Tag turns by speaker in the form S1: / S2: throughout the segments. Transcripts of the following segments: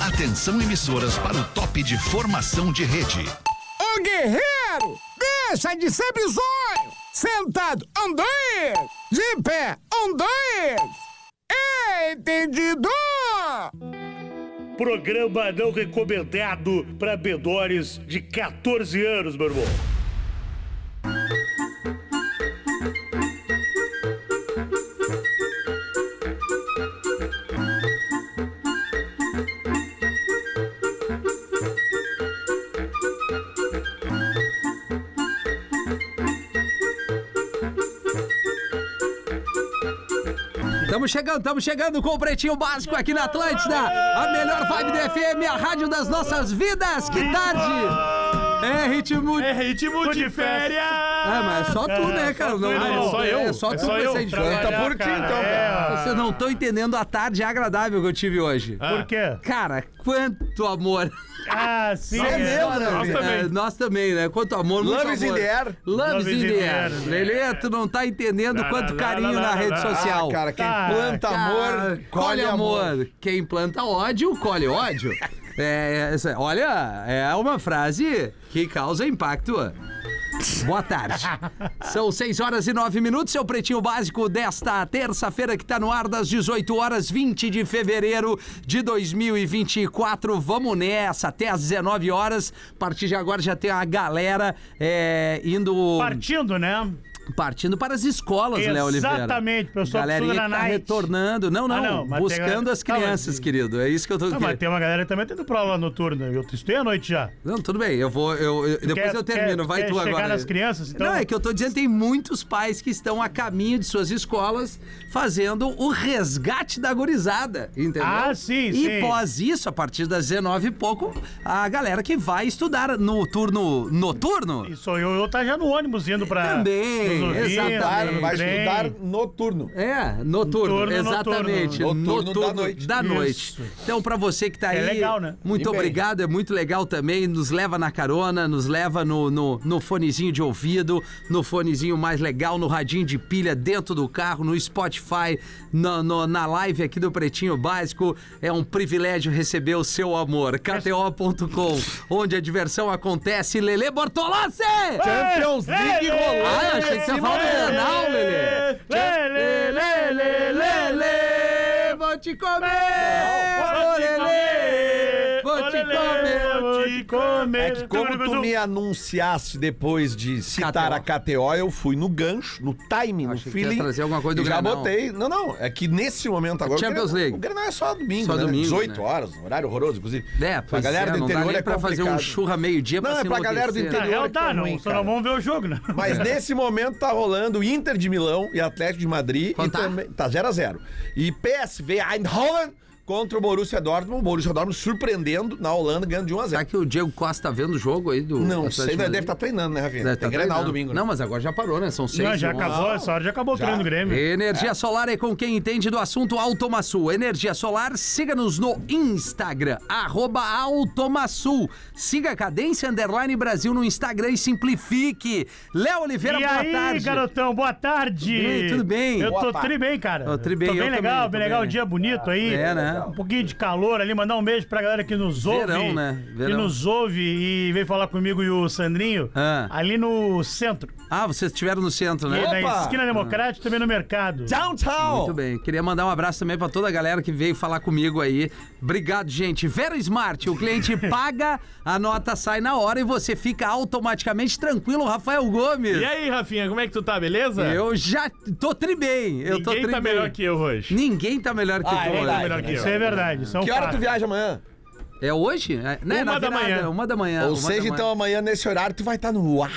S1: Atenção emissoras para o top de formação de rede.
S2: Ô guerreiro, deixa de ser bizonho! Sentado, andoi! De pé, andoi! Entendido!
S3: Programa não recomendado para bedores de 14 anos, meu irmão.
S4: Estamos chegando, estamos chegando com o Pretinho Básico aqui na Atlântida. A melhor vibe do FM, a rádio das nossas vidas. Que tarde! É ritmo...
S5: É ritmo de
S4: Ah,
S5: férias!
S4: mas é só tu, né, cara? Não,
S5: eu,
S4: não,
S5: não, só
S4: é,
S5: eu.
S4: É só
S5: É
S4: tu que
S5: só
S4: vai
S5: eu
S4: sair de férias.
S5: trabalhar,
S4: Tá por ti,
S5: cara,
S4: então,
S5: é.
S4: cara. Vocês não estão entendendo a tarde agradável que eu tive hoje.
S5: Ah.
S3: Por quê?
S4: Cara, quanto amor.
S3: Ah, sim.
S6: É meu, né?
S5: Nós
S6: velho?
S5: também.
S4: É, nós também, né? Quanto amor, muito
S6: Love is in
S4: amor.
S6: the air.
S4: Love is in the air.
S3: air.
S4: Lelê, tu não tá entendendo
S5: né? Lá,
S4: quanto
S5: lá,
S4: carinho
S5: lá, lá,
S4: na
S5: lá,
S4: rede
S5: lá.
S4: social.
S6: Ah, cara, quem
S3: Tá.
S6: planta amor,
S4: Ah,
S6: colhe amor.
S4: Quem planta ódio, colhe ódio. É, essa- olha, é uma frase que causa impacto. Boa tarde. São 6 horas e 9 minutos, seu pretinho básico desta terça-feira que tá no ar das 18 horas 20 de fevereiro de 2024. Vamos nessa até às 19 horas. A partir de agora já tem a galera é, indo
S3: Partindo, né?
S4: partindo para as escolas, Léo Oliveira.
S3: Exatamente, pessoal,
S4: Galerinha
S3: precisa
S4: que
S3: da
S4: tá
S3: night.
S4: retornando. Não, não,
S3: Ah, não, mas
S4: buscando
S3: tem-
S4: as
S3: tá, mas-
S4: crianças, querido. É isso que eu tô
S3: Ah, mas tem uma galera que também tendo prova noturna. Eu estudei à noite já.
S4: Não, tudo bem, eu vou. Eu, eu- depois
S3: quer-
S4: eu termino,
S3: quer-
S4: vai
S3: quer
S4: tu
S3: chegar
S4: agora.
S3: nas crianças, então?
S4: Não, é que eu tô dizendo tem muitos pais que estão a caminho de suas escolas fazendo o resgate da gurizada, entendeu?
S3: Ah, sim,
S4: e
S3: sim.
S4: após isso, a partir das 19 e pouco, a galera que vai estudar no turno noturno.
S3: E sou eu, eu tá já no ônibus indo pra.
S4: Também,
S3: nos ouvintes,
S4: exatamente.
S3: no
S6: Vai
S3: trem.
S6: estudar noturno.
S4: É, noturno,
S3: Noturno,
S4: exatamente.
S6: noturno.
S4: Noturno,
S6: Noturno da noite.
S4: da noite.
S3: Isso.
S4: Então, pra você que tá aí,
S3: É legal, né?
S4: muito
S6: E bem.
S4: obrigado, é muito legal também. Nos leva na carona, nos leva no, no, no fonezinho de ouvido, no fonezinho mais legal, no radinho de pilha, dentro do carro, no Spotify, na, no- na live aqui do Pretinho Básico. É um privilégio receber o seu amor. KTO.com, onde a diversão acontece. Lele Bortolazzi!
S3: É,
S6: Champions League
S3: Ei,
S6: rolando.
S4: Ah, eu achei que você falou do
S3: é,
S4: Grenal, Lelê.
S3: Lê, lê, lê, lê, lê, lê.
S4: Vou te
S3: é, Vou te
S4: comer!
S3: comer, vou te comer.
S6: É que como tu me anunciaste depois de citar
S4: KTO.
S6: a KTO, eu fui no gancho, no timing, no
S4: Achei que ia
S6: feeling.
S4: trazer alguma coisa do
S6: e já
S4: Grenal.
S6: botei. Não, não. É que nesse momento agora.
S4: Champions
S6: o Grenal,
S4: League.
S6: O Grenal é só domingo,
S4: Só
S6: né?
S4: domingo,
S6: 18
S4: né?
S6: horas, um horário horroroso, inclusive.
S4: É,
S6: pra
S4: pois
S6: galera
S4: é,
S6: do
S4: não dá
S6: interior
S4: nem
S6: é
S4: pra
S6: complicado.
S4: fazer um churra meio-dia pra
S6: Não, é
S4: se
S6: pra galera do
S4: enlouquecer.
S3: Na
S6: interior.
S3: real dá,
S6: que é
S3: não.
S6: ruim,
S3: Só
S6: cara.
S3: não vão ver o jogo, né?
S6: Mas nesse momento tá rolando Inter de Milão e Atlético de Madrid.
S4: Quanto
S6: e
S4: tá?
S6: também tá 0 a 0 E PSV Eindhoven contra o Borussia Dortmund. O Borussia Dortmund surpreendendo na Holanda, ganhando de 1 a 0
S4: Será que o Diego Costa tá vendo o jogo aí do.
S6: Não
S4: Atlético
S6: sei,
S4: Madrid?
S6: deve estar treinando, né, Rafinha?
S4: Deve
S7: É
S6: Tem
S4: tá
S6: Grenal
S4: treinando.
S6: domingo. né?
S4: Não, mas agora já parou, né? São seis.
S3: Não, já
S4: onze.
S3: acabou, essa hora já acabou o treino do Grêmio.
S4: Energia solar é com quem entende do assunto Automaçul. Energia solar, siga-nos no Instagram, arroba Automaçul. Siga a Cadência Underline Brasil no Instagram e simplifique. Léo Oliveira,
S3: E
S4: boa
S3: aí,
S4: tarde.
S3: garotão, boa tarde.
S4: E aí, tudo bem?
S3: Eu tô
S4: Boa
S3: tri bem, cara.
S4: Tô tri bem,
S3: Tô bem
S4: eu
S3: legal,
S4: também,
S3: bem
S4: tô
S3: legal,
S4: bem.
S3: dia bonito aí.
S4: É, né?
S3: Um pouquinho de calor ali, mandar um beijo pra galera que nos
S4: Verão,
S3: ouve.
S4: né?
S3: Que
S4: Verão.
S3: nos ouve e veio falar comigo e o Sandrinho.
S4: Ah.
S3: Ali no centro.
S4: Ah, vocês estiveram no centro, né?
S3: E
S6: Opa!
S3: na esquina democrática e também no mercado.
S6: Downtown!
S4: Muito bem. Queria mandar um abraço também pra toda a galera que veio falar comigo aí. Obrigado, gente. Vera Smart, o cliente paga, a nota sai na hora e você fica automaticamente tranquilo, Rafael Gomes.
S5: E aí, Rafinha, como é que tu tá, beleza?
S4: Eu já tô tri bem. Eu tô
S5: Ninguém
S4: tri
S5: tá
S4: bem.
S5: melhor que eu hoje.
S4: Ninguém tá melhor que
S6: Ah, é
S4: tu.
S5: Ninguém
S4: hoje.
S5: tá
S6: verdade,
S5: melhor que eu.
S3: Isso é verdade. Isso é um
S6: Que hora
S3: fato.
S6: tu viaja amanhã?
S4: É hoje? É, né,
S5: Uma
S4: na
S5: da
S4: virada,
S5: manhã.
S4: Uma da manhã.
S6: Ou
S4: uma da
S6: seja,
S4: manhã.
S6: então amanhã nesse horário tu vai
S7: tá
S6: estar no ar.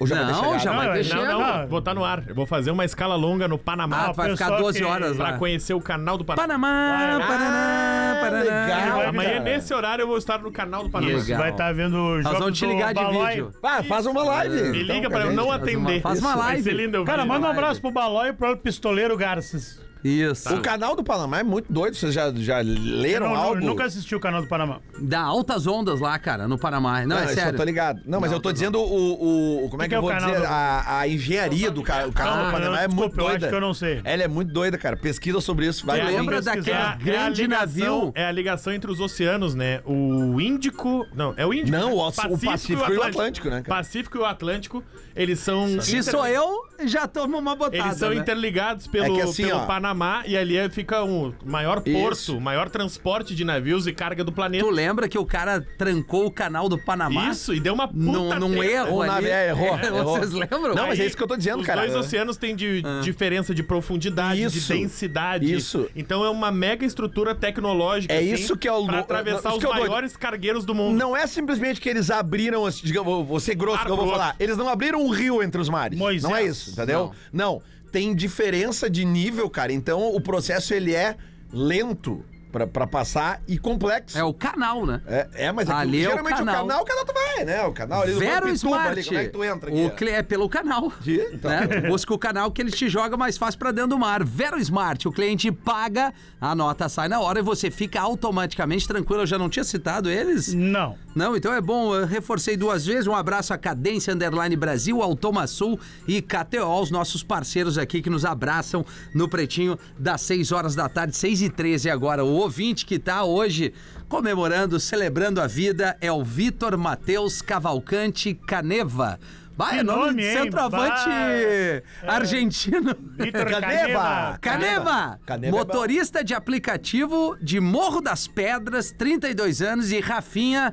S6: Ou já vai ter
S4: Não,
S6: chegado?
S4: já
S3: Não,
S4: vai
S3: é-
S4: ter
S5: Não,
S4: chegado.
S5: não, não, vou botar no ar. Eu vou fazer uma escala longa no Panamá
S4: Ah, tu vai
S3: o
S4: ficar
S3: pessoal
S4: 12
S3: que-
S4: horas lá.
S5: pra conhecer o canal do Panamá.
S4: Panamá,
S3: Vai.
S4: Paraná,
S6: Ah,
S4: Paraná.
S6: legal.
S3: Vai
S5: Amanhã,
S6: cara.
S5: nesse horário, eu vou estar no canal do Panamá.
S4: Legal.
S3: Vai estar vendo o
S4: Nós
S3: jogo
S4: vamos te ligar de vídeo.
S6: Ah, faz uma live.
S4: Me
S5: Me
S6: Então,
S5: liga pra eu
S6: gente.
S5: não
S4: uma-
S5: atender.
S4: faz uma
S5: Vai
S4: live.
S5: ser lindo eu
S3: Cara,
S5: ver.
S3: manda um
S4: live.
S3: abraço pro Balói e pro pistoleiro Garças.
S4: Isso.
S5: Tá.
S7: O canal do Panamá é muito doido, vocês já, já leram
S3: não,
S7: algo?
S3: Nunca assisti o canal do Panamá.
S4: Dá altas ondas lá, cara, no Panamá. Não, é
S7: Não, isso Ah, eu
S4: sério.
S7: tô ligado. Não, mas
S4: Não,
S7: eu tô
S4: tá
S7: dizendo o, o- o- Como é
S3: Que
S7: que,
S3: que é
S7: eu
S3: o
S7: vou
S3: canal
S7: dizer?
S3: do-
S7: A, a engenharia do, ca- o canal
S3: Ah,
S7: do Panamá
S3: não,
S7: é muito
S3: desculpa, eu acho
S7: doida.
S3: que eu não sei.
S7: Ela é muito doida, cara. Pesquisa sobre isso. Vai
S5: É,
S7: no
S4: lembra
S7: Insta.
S4: daquele
S5: É a- é a
S4: grande
S5: ligação-
S4: navio?
S5: É a ligação entre os oceanos, né? O Índico. Não, é o Índico.
S7: Não, o oce- o Pacífico e o Atlântico, né, cara?
S5: Pacífico e o Atlântico, eles são.
S4: Se
S5: inter-
S4: sou eu, já tomo uma botada.
S5: Eles são
S4: né?
S5: interligados pelo,
S7: É que assim,
S5: pelo
S7: ó.
S5: Panamá e ali é- fica o maior
S7: Isso.
S5: porto, o maior transporte de navios e carga do planeta.
S4: Tu lembra que o cara trancou o canal do Panamá?
S5: Isso, e deu uma puta
S4: Num, num
S5: treta.
S4: erro
S7: Um
S4: ali.
S7: nave- é, errou, errou.
S4: Vocês lembram?
S7: Não, mas é
S5: Aí,
S7: isso que eu tô dizendo,
S5: os
S7: cara.
S5: Os dois oceanos têm de diferença de profundidade, de
S7: Ah. Isso.
S5: densidade.
S7: Isso.
S5: Então é uma mega estrutura tecnológica. assim,
S7: É isso que é o
S5: Pra
S7: lou-
S5: atravessar
S7: isso
S5: os
S7: que é o doido.
S5: maiores cargueiros do mundo.
S7: Não é simplesmente que eles abriram, assim, digamos, vou ser grosso
S5: Claro,
S7: que eu vou
S5: pro
S7: falar.
S5: outro.
S7: Eles não abriram um rio entre os mares.
S3: Moisés.
S7: Não é isso, entendeu? Não. Tem diferença de nível, cara. Então o processo ele é lento pra, pra passar e complexo.
S4: É o canal, né?
S7: É, é, mas é que
S4: Ali é o
S7: geralmente
S4: canal.
S7: o canal, o canal tu vai, né? O canal ali do
S4: Vero
S7: Mampituba
S4: Smart.
S7: ali, como é que tu entra aqui?
S4: O cle... É pelo canal.
S7: De- então.
S4: né? Tu Busca o canal que ele te joga mais fácil pra dentro do mar. Vero Smart, o cliente paga, a nota sai na hora e você fica automaticamente tranquilo. Eu já não tinha citado eles?
S3: Não.
S4: Não, então é bom, eu reforcei duas vezes. Um abraço à Cadência Underline Brasil, Automaçul e KTO, os nossos parceiros aqui que nos abraçam no pretinho das 6 horas da tarde, 6 e 13 agora. O ouvinte que tá hoje comemorando, celebrando a vida é o Vitor Matheus Cavalcante Caneva. Vai,
S3: Que
S4: é nome,
S3: nome,
S4: de
S3: hein?
S4: centroavante
S3: Bah, é.
S4: argentino.
S3: Vitor
S7: Caneva!
S3: Caneva.
S4: Caneva,
S7: Caneva é
S4: motorista de aplicativo de Morro das Pedras, 32 anos, e Rafinha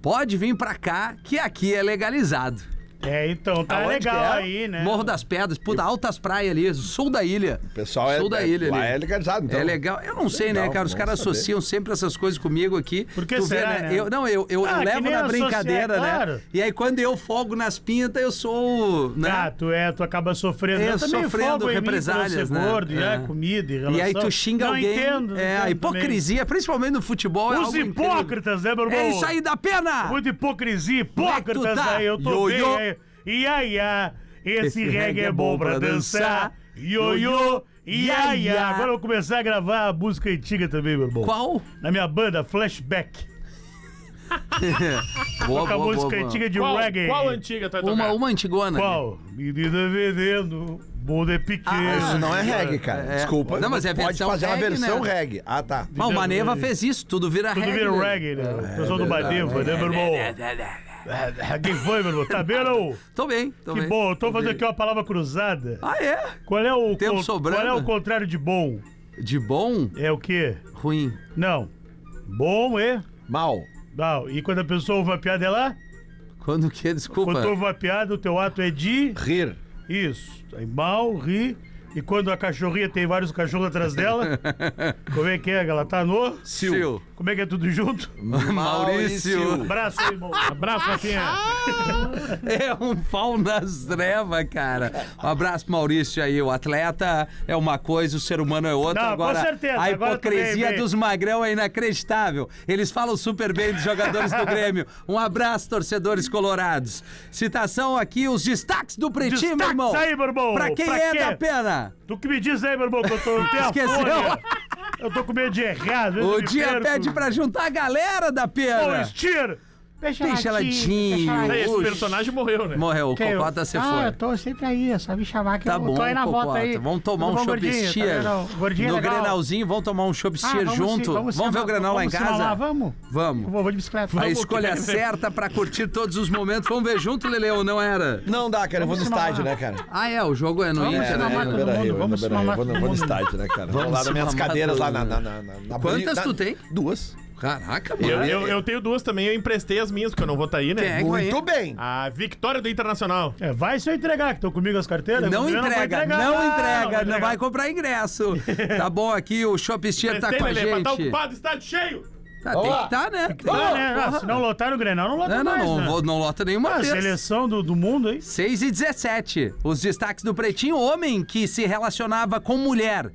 S4: pode vir pra cá, que aqui é legalizado.
S3: É, então, tá
S7: Aonde
S3: legal
S7: que é?
S3: aí, né?
S4: Morro das Pedras, puta, altas praias ali, sul da ilha.
S7: O pessoal é,
S4: sul da
S7: é,
S4: ilha
S7: lá
S4: ali.
S7: é legalizado, então.
S4: É legal. Eu não sei, né,
S7: Legal,
S4: cara? Os
S7: bom
S4: caras
S7: saber.
S4: associam sempre essas coisas comigo aqui.
S3: Por que
S4: Tu
S3: será, né?
S4: Eu, não, eu, eu
S3: Ah, que
S4: levo
S3: nem
S4: na
S3: associa-
S4: brincadeira, né?
S3: claro.
S4: E aí, quando eu folgo nas pintas, eu sou. o- Né?
S3: Ah, tu é, tu acaba sofrendo.
S4: É,
S3: Eu também
S4: sofrendo
S3: folgo em mim por eu
S4: represálias,
S3: ser
S4: né?
S3: gordo, e
S4: É.
S3: é. comida e relação.
S4: E aí tu xinga
S3: não
S4: alguém.
S3: Entendo, não entendo
S4: é, a
S3: também.
S4: hipocrisia, principalmente no futebol, é
S3: Os
S4: algo incrível.
S3: hipócritas, né, meu irmão?
S4: É isso aí, dá pena!
S3: Muita hipocrisia,
S4: Como é
S3: hipócritas
S4: que tu tá?
S3: aí, eu tô
S4: Ioiô.
S3: bem aí. Ia, ia, esse, reggae é bom pra dançar. Ioiô, ia, ia. Agora eu vou começar a gravar a música antiga também, meu irmão.
S4: Qual?
S3: Na minha banda, Flashback.
S4: Boa,
S3: Toca a música antiga de
S5: Qual,
S3: reggae.
S5: qual antiga tu vai tocar?
S4: Uma, uma antigona.
S3: Qual? Menina vendendo, mundo é pequeno.
S4: Ah,
S7: Isso não é reggae, cara.
S4: É.
S7: Desculpa.
S4: Não, mas é
S7: Pode
S4: versão
S7: fazer
S4: reggae,
S7: uma versão
S4: né?
S7: reggae. Ah, tá.
S4: Mas o Maneva fez isso, tudo vira
S3: Tudo
S4: reggae.
S3: vira
S4: né?
S3: reggae, né? O pessoal do Badeva, né, meu irmão? Quem foi, meu irmão? Tá bem, não?
S4: Tô bem, tô
S3: Que
S4: bem.
S3: bom, eu tô fazendo aqui uma palavra cruzada.
S4: Ah, é?
S3: Qual é o
S4: Tempo
S3: con-
S4: sobrando.
S3: Qual é o contrário de bom?
S4: De bom,
S3: É o quê?
S4: ruim.
S3: Não. Bom é.
S7: Mal.
S3: Não. E quando a pessoa ouve uma piada, ela.
S4: Quando que? Desculpa.
S3: Quando tu ouve uma piada, o teu ato é de.
S7: Rir.
S3: Isso. Aí mal, ri. E quando a cachorrinha tem vários cachorros atrás dela. como é que é? Ela tá no.
S4: Sil.
S3: Como é que é tudo junto?
S4: Maurício.
S3: Abraço, aí, irmão. Abraço, Rafinha.
S4: É um pau nas trevas, cara. Um abraço, pro Maurício aí. O atleta é uma coisa, o ser humano é outra.
S3: Não, com
S4: agora,
S3: certeza,
S4: A
S3: agora tu vem,
S4: hipocrisia
S3: vem.
S4: dos magrão é inacreditável. Eles falam super bem dos jogadores do Grêmio. Um abraço, torcedores colorados. Citação aqui, os destaques do Pretinho, meu
S3: Destaques
S4: irmão.
S3: aí, meu irmão.
S4: Pra quem
S3: Pra
S4: é
S3: quê?
S4: da pena.
S3: Tu que me diz aí, meu irmão, que eu tô. Eu tenho a
S4: Esqueceu?
S3: fome. Eu tô com medo de errar. às vezes eu
S4: O
S3: me
S4: dia
S3: perco.
S4: pede pra juntar a galera da
S3: Ô,
S4: pena.
S3: Stier!
S4: Deixa ladinho.
S5: Esse
S4: É. Oxe.
S5: personagem morreu, né?
S4: Morreu, o Cocota se
S8: Ah, eu
S4: foi.
S8: tô sempre aí, é só me chamar que
S4: Tá
S8: eu
S4: bom,
S8: tô aí na volta
S4: Cocota.
S8: aí.
S4: Vamos tomar
S8: Tudo
S4: um
S8: bom, gordinho?
S4: chopistia.
S8: Tá vendo? Gordinho é
S4: no
S8: legal.
S4: Grenalzinho, vamos tomar um
S8: Ah,
S4: chopistia
S8: vamos se-
S4: junto.
S8: vamos se
S4: vamos ver
S8: amar-
S4: o Grenal lá em
S8: vamos se
S4: casa?
S8: amar, vamos?
S4: Vamos.
S8: Eu vou de bicicleta.
S4: A
S8: Vamos.
S4: escolha certa pra curtir todos os momentos. Vamos ver junto, Lele, ou não era?
S7: Não dá, cara. Eu vou no
S8: Vamos
S7: estádio,
S8: chamar.
S7: né, cara?
S4: Ah, é, o jogo é no
S8: Vamos
S7: É,
S4: Inter.
S8: chamar
S7: né?
S8: mais
S7: No
S3: um.
S8: todo
S7: Beira
S8: mundo,
S7: Rio,
S8: vamos
S7: no Beira
S8: chamar
S7: Rio. Vou no
S8: todo
S7: vou no
S8: mundo.
S7: estádio, né, cara? Vou
S4: Vamos
S7: lá nas minhas
S4: chamar
S7: cadeiras lá
S4: todo
S7: na-
S4: mundo.
S7: na- na- na- na-
S4: Quantas
S7: na-
S4: tu tem?
S7: Tá Duas.
S4: Caraca,
S5: Eu,
S4: mano.
S5: eu-
S7: É.
S5: eu tenho duas também, eu emprestei as minhas, porque eu não vou estar aí, né?
S4: Quem é que vai
S7: Muito
S4: ir?
S7: bem.
S5: A vitória do Internacional.
S3: É, vai se eu entregar, que tô comigo as carteiras.
S4: Não
S3: Eu vou
S4: entrega,
S3: entregar.
S4: não
S3: Ah,
S4: entrega, não
S3: entregar.
S4: vai comprar ingresso. Tá bom aqui, o
S7: é
S4: Shopistier tá com a
S5: Lelê, pra estar
S4: gente.
S5: ocupado, estádio cheio.
S4: Tá, tem que tá, né? Tem que
S3: Ah,
S4: tá,
S3: né? Ah, se não lotar o Grenal, não lota
S4: Não, não,
S3: mais,
S4: não,
S3: né?
S4: vou- não lota nenhuma
S3: A
S4: vez.
S3: seleção do, do mundo, hein?
S4: 6 e 17. Os destaques do Pretinho: homem que se relacionava com mulher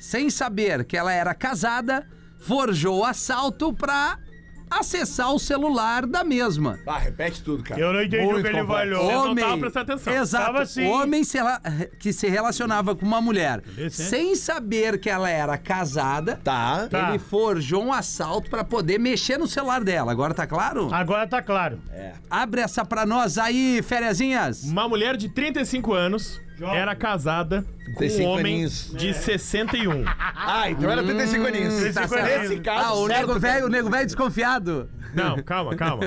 S4: sem saber que ela era casada, forjou assalto pra acessar o celular da mesma.
S7: Ah, repete tudo, cara.
S3: Eu não entendi o que ele falhou.
S5: Vocês não estavam prestando atenção.
S4: Exato.
S3: Tava assim. sim.
S4: Homem se rela- que se relacionava com uma mulher sem saber que ela era casada,
S7: Tá.
S3: Tá.
S4: ele forjou um assalto pra poder mexer no celular dela. Agora tá claro?
S3: Agora tá claro.
S4: É. Abre essa pra nós aí, ferezinhas.
S5: Uma mulher de 35 anos era casada com
S7: 35
S5: um homem
S7: aninhos.
S5: de 61.
S7: Ah, então era 35 aninhos.
S3: tá certo.
S7: Nesse
S4: Hum, Ah,
S7: caso,
S4: o
S7: certo.
S4: nego velho, o nego velho desconfiado.
S5: Não, calma, calma.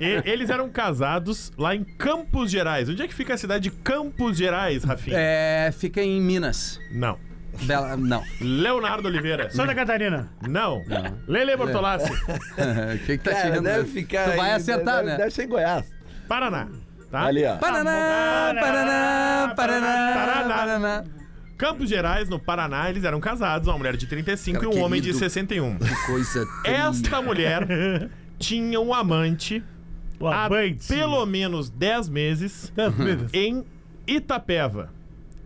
S5: E- eles eram casados lá em Campos Gerais. Onde é que fica a cidade de Campos Gerais, Rafinha?
S4: É, fica em Minas.
S5: Não.
S4: Bela, não.
S5: Leonardo Oliveira.
S3: Santa Catarina.
S5: Não. Lele Bortolassi.
S4: O que, que tá
S7: Cara,
S4: tirando?
S7: É, deve ficar
S4: tu vai
S7: aí,
S4: acertar,
S7: deve-
S4: né?
S7: Deve ser em Goiás.
S5: Paraná. Tá?
S7: Ali, ó.
S4: Paraná, Paraná, Paraná,
S5: Paraná.
S4: Paraná.
S5: Campos Gerais, no Paraná, eles eram casados, uma mulher de 35 e um
S4: Cara,
S5: homem de
S4: querido.
S5: 61.
S4: Coisa
S5: Esta mulher tinha um amante
S3: O
S5: há
S3: Abante.
S5: pelo menos 10 meses Hum.
S3: Tantas vezes.
S5: em Itapeva,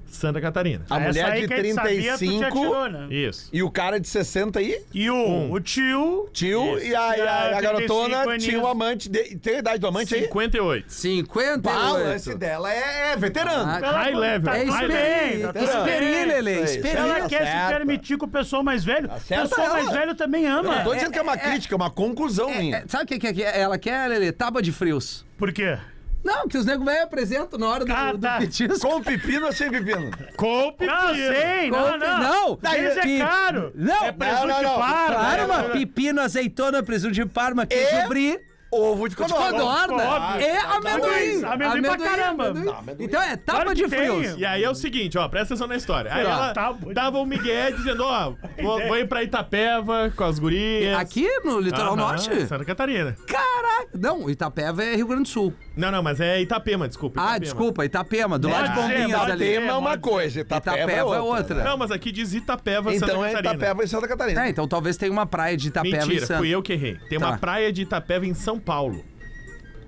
S5: Santa Catarina.
S4: Ah.
S7: A
S3: Essa
S7: mulher
S3: aí
S7: de
S3: que a gente sabia, tu te
S7: 35
S3: atirou, né?
S5: Isso.
S7: e o cara de 60 aí,
S3: E o,
S4: Um.
S3: o tio.
S7: tio, e a, e a-
S3: E a
S7: a garotona
S3: 35
S7: tinha um
S3: aninhos.
S7: amante. De, tem a idade do amante aí?
S5: 58.
S4: 50
S7: Ah, o lance dela é, é veterano.
S4: Ah,
S5: High level.
S3: Tá
S4: É
S3: tudo
S5: high
S3: bem,
S4: esperi,
S3: tá tudo
S4: esperi,
S3: bem.
S4: Lele, esperi.
S3: Ela
S7: Tá
S3: quer
S7: certa.
S3: se permitir com o pessoal mais velho.
S4: Tá
S3: O
S7: certa
S3: pessoal mais
S7: ela.
S3: velho também ama.
S7: Não tô dizendo que é uma crítica, é uma conclusão minha.
S4: É, sabe o que, que, que ela quer, Lele? Tábua de frios.
S3: Por quê?
S4: Não, que os nego velho apresentam na hora do,
S3: Ah,
S4: do
S3: tá.
S4: petisco.
S7: Com pepino ou sem pepino?
S5: Coupe.
S3: Não, sei, não,
S4: Compre-
S3: não.
S4: não.
S3: Esse
S4: Pi-
S3: é caro.
S4: Não.
S3: É presunto
S7: Não, não, não.
S3: de parma.
S4: Claro,
S3: é-
S4: mano. Pepino, azeitona, presunto de parma,
S7: É?
S4: queijo brie,
S7: Ovo de codorna.
S4: codorna
S3: óbvio.
S4: e É amendoim.
S3: Amendoim, amendoim pra caramba. Não,
S4: Então é tábua
S3: Claro
S4: de
S3: que
S4: frios.
S3: tem.
S5: E aí é o seguinte, ó, presta atenção na história. Aí
S4: Tá.
S5: ela
S3: Tá.
S5: dava o Miguel dizendo, ó, vou, vou ir pra Itapeva com as gurias.
S4: Aqui no litoral
S5: Aham,
S4: norte?
S5: Santa Catarina.
S4: Caraca. Não, Itapeva é Rio Grande do Sul.
S5: Não, não, mas é Itapema, desculpa.
S4: Ah,
S5: Itapema.
S4: desculpa, Itapema, do lado de
S3: ser,
S4: Bombinhas
S3: pode
S4: ali.
S3: ser.
S7: Tema é uma coisa, Itapeva,
S4: Itapeva é outra.
S7: né?
S5: Não, mas aqui diz Itapeva,
S7: Então
S5: Santa
S7: é
S5: Catarina.
S7: Itapeva e Santa Catarina.
S4: É, então talvez tenha uma praia de Itapeva em
S5: Mentira,
S4: Santa.
S5: fui eu que errei. Tem uma
S4: Tá.
S5: praia de Itapeva em São Paulo.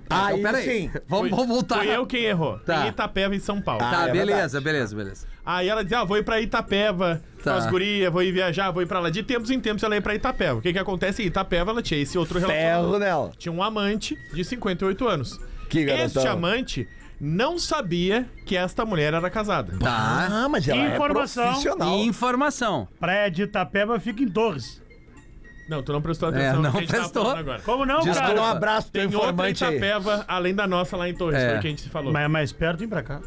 S7: Ah,
S4: Então, peraí. Vamos, vamos voltar.
S5: Fui eu quem errou.
S4: Tá.
S5: Em Itapeva em São Paulo.
S4: Tá,
S7: Ah, é
S4: beleza, beleza, beleza.
S5: Aí ela dizia, ah, vou ir pra Itapeva
S4: Tá.
S5: com as gurias, vou ir viajar, vou ir pra lá. De tempos em tempos ela ia pra Itapeva. O que que acontece? Em Itapeva ela tinha esse outro relacionamento.
S2: né?
S7: Ferro nela.
S5: Tinha um amante de 58 anos.
S7: Que garotão.
S5: Este amante não sabia que esta mulher era casada.
S4: Tá.
S7: Ah, mas ela
S3: Informação.
S7: é profissional.
S4: Informação.
S3: Praia de Itapeba fica em Torres.
S5: Não, tu não prestou
S4: É,
S5: atenção. no
S4: não
S5: que a gente tava
S4: prestou.
S5: falando agora.
S3: Como não,
S7: Diz que
S3: cara?
S7: um abraço pro
S5: Tem outra
S7: informante aí.
S5: Itapeva, além da nossa lá em Torres,
S4: É.
S5: foi o que a gente se falou.
S3: Mas é mais perto, vem pra cá.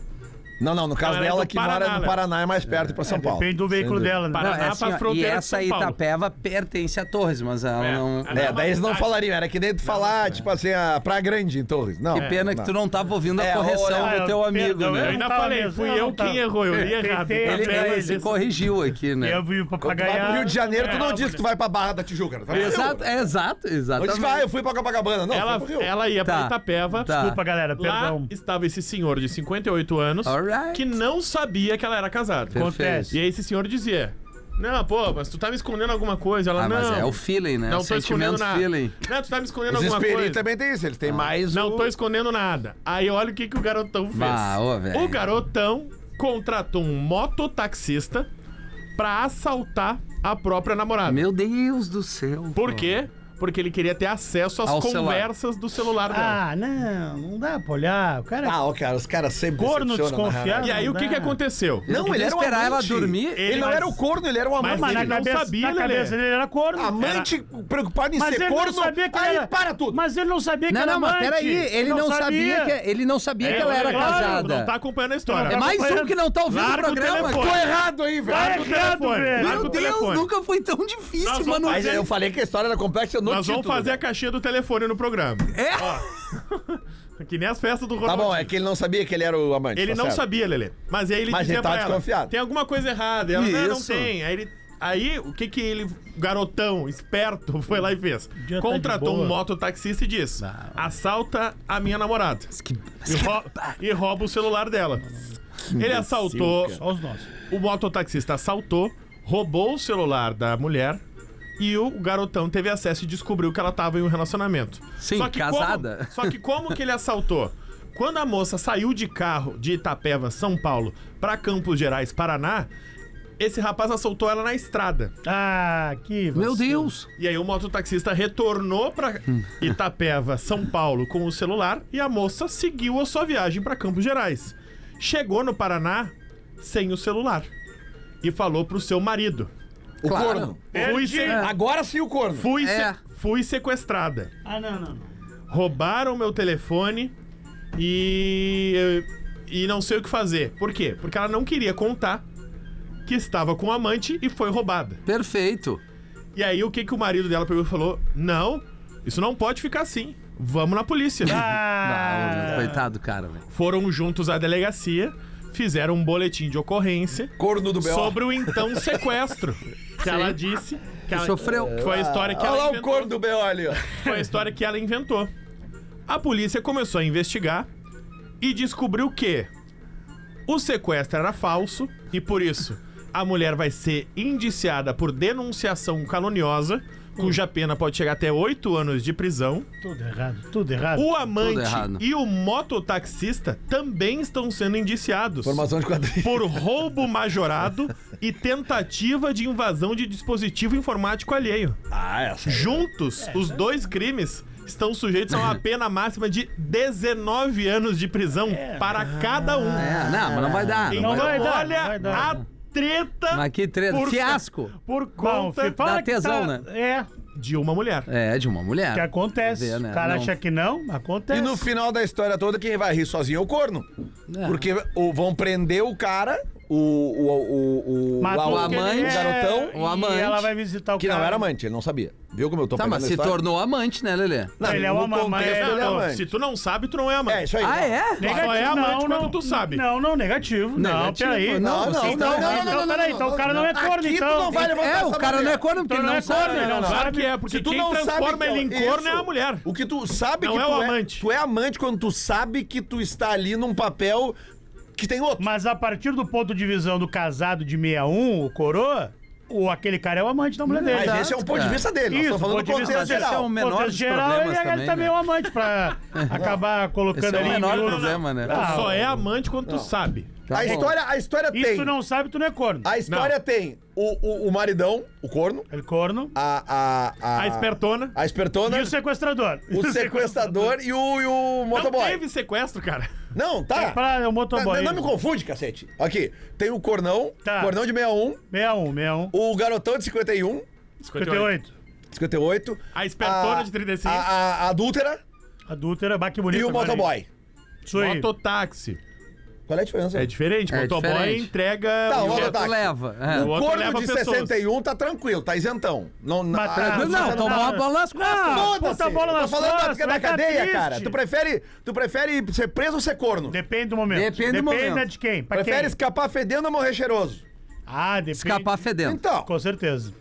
S7: Não, não, no caso
S5: Ela é
S7: dela
S5: do
S7: que mora
S5: Paraná,
S7: no
S5: né?
S7: Paraná é mais perto pra São Paulo.
S3: Depende do veículo
S7: dúvida.
S3: dela, né?
S5: Paraná
S4: Não, é assim,
S5: pras
S4: ó, e
S5: fronteiras de
S4: essa
S5: São Paulo.
S4: Itapeva pertence a Torres, mas ela
S5: É.
S4: não.
S5: É.
S7: É, daí eles não
S5: Ah,
S7: falariam, era que nem tu falar, tipo assim, a Praia Grande em Torres. Não.
S4: Que pena que tu não tava ouvindo a
S7: É,
S4: correção
S7: olha,
S4: do teu
S3: eu-
S4: amigo,
S3: perdão,
S5: Ah, Eu
S4: né?
S5: ainda
S3: tava
S5: falei,
S3: mesmo,
S5: fui
S3: eu
S5: eu,
S3: não
S5: quem
S3: tava.
S5: errou, eu li errado.
S3: Tentei,
S4: Ele,
S5: Itapeva
S3: tentei.
S5: é
S4: ele se
S5: isso.
S4: corrigiu aqui, né?
S3: Eu vi o
S7: Quando tu vai pro
S3: papagaio.
S7: Rio de Janeiro, tu não
S5: É,
S7: diz que tu vai pra Barra da Tijuca. não. Tu vai pro
S4: Exato,
S7: Rio.
S4: é, exato,
S7: Não diz
S4: exatamente.
S7: que, ah, eu fui pra Copacabana. Não,
S5: Ela,
S7: foi pro Rio.
S5: ela ia pra
S4: Tá.
S5: Itapeva.
S4: Tá.
S3: Desculpa, galera,
S5: Lá
S3: perdão.
S5: estava esse senhor de 58 anos
S4: Alright.
S5: que não sabia que ela era casada.
S4: Perfeito.
S3: Acontece.
S5: E aí esse senhor dizia: Não, pô, mas tu tá me escondendo alguma coisa. Ela,
S4: Ah,
S5: não.
S4: mas é o feeling, né?
S5: não
S4: o
S5: tô escondendo
S4: sentimento
S5: nada.
S4: feeling.
S5: Não, tu tá me escondendo
S7: Os
S5: alguma
S7: Esperi
S5: coisa. Ah.
S7: também tem isso, eles têm mais.
S5: Não
S7: o-
S5: tô escondendo nada. Aí olha o que, que o garotão fez.
S4: Bah, ô, velho.
S5: o garotão contratou um mototaxista pra assaltar a própria namorada.
S4: Meu Deus do céu.
S5: Por quê? Porque ele queria ter acesso às
S4: Ao celular.
S5: conversas do celular dela.
S3: Ah, não, não dá pra olhar. O cara é
S7: Ah, ó, cara, os caras sempre.
S3: corno
S7: decepcionam, né, na
S3: desconfiado.
S5: E aí, o que, que aconteceu?
S7: real. Não, ele
S4: Queria
S7: era um
S4: esperar ela
S7: amante.
S4: dormir.
S7: Ele não
S5: Mas-
S7: era o corno, ele era um amante.
S5: Mas
S3: Mas na
S5: ele não
S3: cabeça,
S5: sabia,
S3: na
S5: Lelê.
S3: cabeça dele era corno.
S7: Amante preocupado em
S3: Mas
S7: ser
S3: ele
S7: corno.
S3: não sabia que
S7: aí
S3: era...
S7: para tudo.
S3: Mas ele não sabia que
S4: Não,
S3: era
S4: não, mas
S3: amante.
S4: peraí, ele não sabia que é- ele não sabia que ela era
S5: É, claro, Não
S4: casada.
S5: tá acompanhando a
S4: É
S5: história.
S4: mais um que não tá ouvindo
S5: Larga
S4: o
S5: o
S4: programa.
S5: telefone.
S7: Tô errado aí, velho.
S3: Tá errado, velho.
S5: Larga
S4: Meu
S5: o
S4: Deus,
S5: telefone.
S4: nunca foi tão difícil,
S5: Nós
S4: mano.
S5: vamos
S7: Mas eu falei que a história era complexa no
S5: Nós
S7: título.
S5: vamos fazer a caixinha do telefone no programa.
S4: É?
S5: Que nem as festas do
S7: Tá
S5: Ronaldinho.
S7: bom, é que ele não sabia que ele era o amante.
S5: um Ele
S7: tá
S5: não
S7: certo.
S5: sabia, Lelê. Mas aí ele
S7: Mas
S5: dizia
S7: ele tava
S5: pra ela,
S7: desconfiado.
S5: tem alguma coisa errada. E ela, não, não
S4: Isso.
S5: tem. Aí, ele- aí, o que que ele, garotão, esperto, foi lá e fez?
S3: dia tá
S5: Contratou
S3: de boa.
S5: um mototaxista e diz, assalta a minha namorada.
S4: Que-
S5: E, rou- e rouba o celular dela. Ele assaltou,
S3: Só os nossos.
S5: o mototaxista assaltou, roubou o celular da mulher e o garotão teve acesso e descobriu que ela estava em um relacionamento.
S4: Sim,
S5: como-
S4: casada.
S5: só que como que ele assaltou? Quando a moça saiu de carro de Itapeva, São Paulo, para Campos Gerais, Paraná, Esse rapaz assaltou ela na estrada.
S3: Ah, que
S4: Meu
S3: vacilo.
S4: Deus!
S5: E aí o mototaxista retornou pra Itapeva, São Paulo, com o celular e a moça seguiu a sua viagem pra Campos Gerais. Chegou no Paraná sem o celular e falou pro seu marido:
S7: O
S4: Claro.
S7: corno.
S5: "Fui se-
S7: Agora sim o corno.
S5: fui, se-
S4: É.
S5: fui sequestrada.
S3: Ah, não, não. não.
S5: roubaram meu telefone e e não sei o que fazer. Por quê? Porque ela não queria contar que estava com um amante e foi roubada.
S4: Perfeito.
S5: E aí o que que o marido dela pegou e falou? Não, isso não pode ficar assim. Vamos na polícia.
S4: Ah,
S3: Ah,
S4: coitado, do cara, velho.
S5: Foram juntos à delegacia, fizeram um boletim de ocorrência
S7: Corno do B.O.
S5: sobre o então sequestro. Que ela disse que ela
S4: Sofreu.
S5: que Foi a história que
S7: Olha
S5: ela
S7: lá o
S5: inventou.
S7: corno do B.O. ali, ó.
S5: Foi a história que ela inventou. A polícia começou a investigar e descobriu que o sequestro era falso e por isso a mulher vai ser indiciada por denunciação caluniosa, cuja pena pode chegar até 8 anos de prisão.
S3: tudo errado, tudo errado.
S5: O
S4: Tudo errado.
S5: amante e o mototaxista também estão sendo indiciados
S7: Formação de quadrilha.
S5: por roubo majorado e tentativa de invasão de dispositivo informático alheio.
S7: Ah, essa.
S5: Juntos, os dois crimes estão sujeitos a uma pena máxima de 19 anos de prisão para cada um.
S4: É, não, mas não vai dar.
S5: Então,
S4: Não
S3: vai
S4: vai...
S3: dar,
S5: olha
S3: É. Ah, não vai dar.
S5: a treta
S4: Mas que treta.
S5: Por-
S4: Fiasco.
S5: por
S3: Bom,
S5: conta
S3: fi- fala
S4: Dá
S3: que
S4: tesão,
S3: tá- É,
S5: de uma mulher.
S4: É, de uma mulher.
S3: que acontece.
S4: Vê,
S3: O
S4: né?
S3: cara
S4: Não.
S3: acha que não, acontece.
S7: E no final da história toda, quem vai rir sozinho é o corno.
S4: É.
S7: Porque o, vão prender o cara, o, o, o, o,
S3: Matou
S7: o
S3: porque ele é
S4: amante,
S7: o garotão,
S3: e
S4: o amante,
S3: ela vai visitar o
S7: que
S3: cara.
S7: não era amante, ele não sabia. Viu como eu tô
S4: Tá,
S7: pegando
S4: mas
S7: a
S4: se
S7: história?
S4: tornou amante, né, Lelê?
S7: Não,
S3: Ele é
S7: no
S3: uma
S7: contexto,
S3: mamãe,
S7: ele é
S3: não,
S7: amante.
S5: Então, Se tu não sabe, tu não é
S7: É,
S5: amante.
S7: isso aí.
S4: Ah, é?
S5: Só é amante quando tu sabe.
S3: Não, não, negativo. Não,
S4: Negativo,
S3: peraí.
S4: não,
S3: Então,
S4: não,
S3: então,
S4: não, não,
S3: então,
S7: não, não,
S3: peraí,
S7: não,
S3: então
S7: não,
S3: o cara não é corno,
S7: Aqui tu
S3: então.
S7: não vai levantar
S4: É, o
S7: essa
S4: cara não
S7: bandeira.
S4: é corno, porque
S3: Então
S4: ele
S3: não
S4: não
S3: é
S4: sabe.
S3: corno, ele não
S5: Claro
S3: sabe.
S5: que é, porque
S7: Se tu
S5: quem
S7: não sabe
S5: transforma
S7: que
S5: ele em
S7: é-
S5: corno é
S7: isso.
S5: a mulher.
S7: O que tu sabe
S5: Não
S7: que
S5: é
S7: tu
S5: o amante.
S7: Tu é amante quando tu sabe que tu está ali num papel que tem outro.
S3: Mas a partir do ponto de visão do casado de 61, o coroa, o, aquele cara é o amante da mulher dele.
S7: Mas esse é um ponto de
S4: cara.
S7: vista
S3: Isso,
S7: dele. nós estamos falando
S3: ponto
S7: do
S3: de vista
S7: contexto
S3: desse
S4: esse é
S7: geral.
S4: um menor
S3: Ponto
S4: dos
S3: geral,
S4: problemas
S3: ele,
S4: também,
S3: ele também é
S4: né?
S3: um amante pra acabar colocando
S4: Esse é o
S3: ali. em
S4: menor
S3: miúdo.
S4: problema, né?
S3: Ah,
S5: Só é amante quando tu sabe.
S4: Tá
S7: a,
S4: bom.
S7: história, é a história
S3: Isso
S7: tem.
S3: tu não sabe, tu não é corno.
S7: A história tem o, o, o maridão, o corno,
S3: Ele é corno.
S7: a. A, a,
S5: A espertona.
S7: a espertona,
S3: E o sequestrador.
S7: o sequestador e o, e o
S5: Não
S7: motoboy. Não,
S5: teve sequestro, cara.
S7: tá.
S3: É pra- é o motoboy.
S7: Não, não me confunde, cacete. Aqui, tem o cornão,
S3: Tá.
S7: cornão de 61,
S3: 61, 61.
S7: o garotão de 51,
S3: 58.
S7: 58.
S5: A espertona de 35.
S7: A, a, a adúltera
S3: Adúltera, bah, que bonito.
S7: e o
S3: agora, hein?
S7: motoboy.
S3: Isso aí.
S5: Mototáxi.
S7: Qual é a diferença?
S5: É diferente.
S4: É
S5: motoboy
S4: diferente.
S5: entrega.
S7: Tá,
S5: o
S7: o
S5: objeto.
S7: mototáxi.
S4: Leva.
S5: O
S4: É.
S5: outro
S7: Corno
S5: leva
S7: de
S5: pessoas.
S7: 61 tá tranquilo, tá isentão. Não, é, não,
S3: Mas tá-
S7: a-
S4: Não, não, tomou uma bola nas costas.
S7: Foda-se.
S3: Bota a bola
S7: Eu Tô
S3: nas
S7: falando da-
S3: costas,
S7: da,
S3: vai tá
S7: cadeia,
S3: triste.
S7: cara. Tu prefere, tu prefere ser preso ou ser corno?
S3: Depende do momento.
S4: Depende do momento.
S3: de quem. Pra
S7: prefere
S3: quem.
S7: escapar fedendo ou morrer cheiroso?
S3: Ah,
S7: é
S3: depende.
S4: Escapar fedendo.
S7: Então,
S3: Com certeza.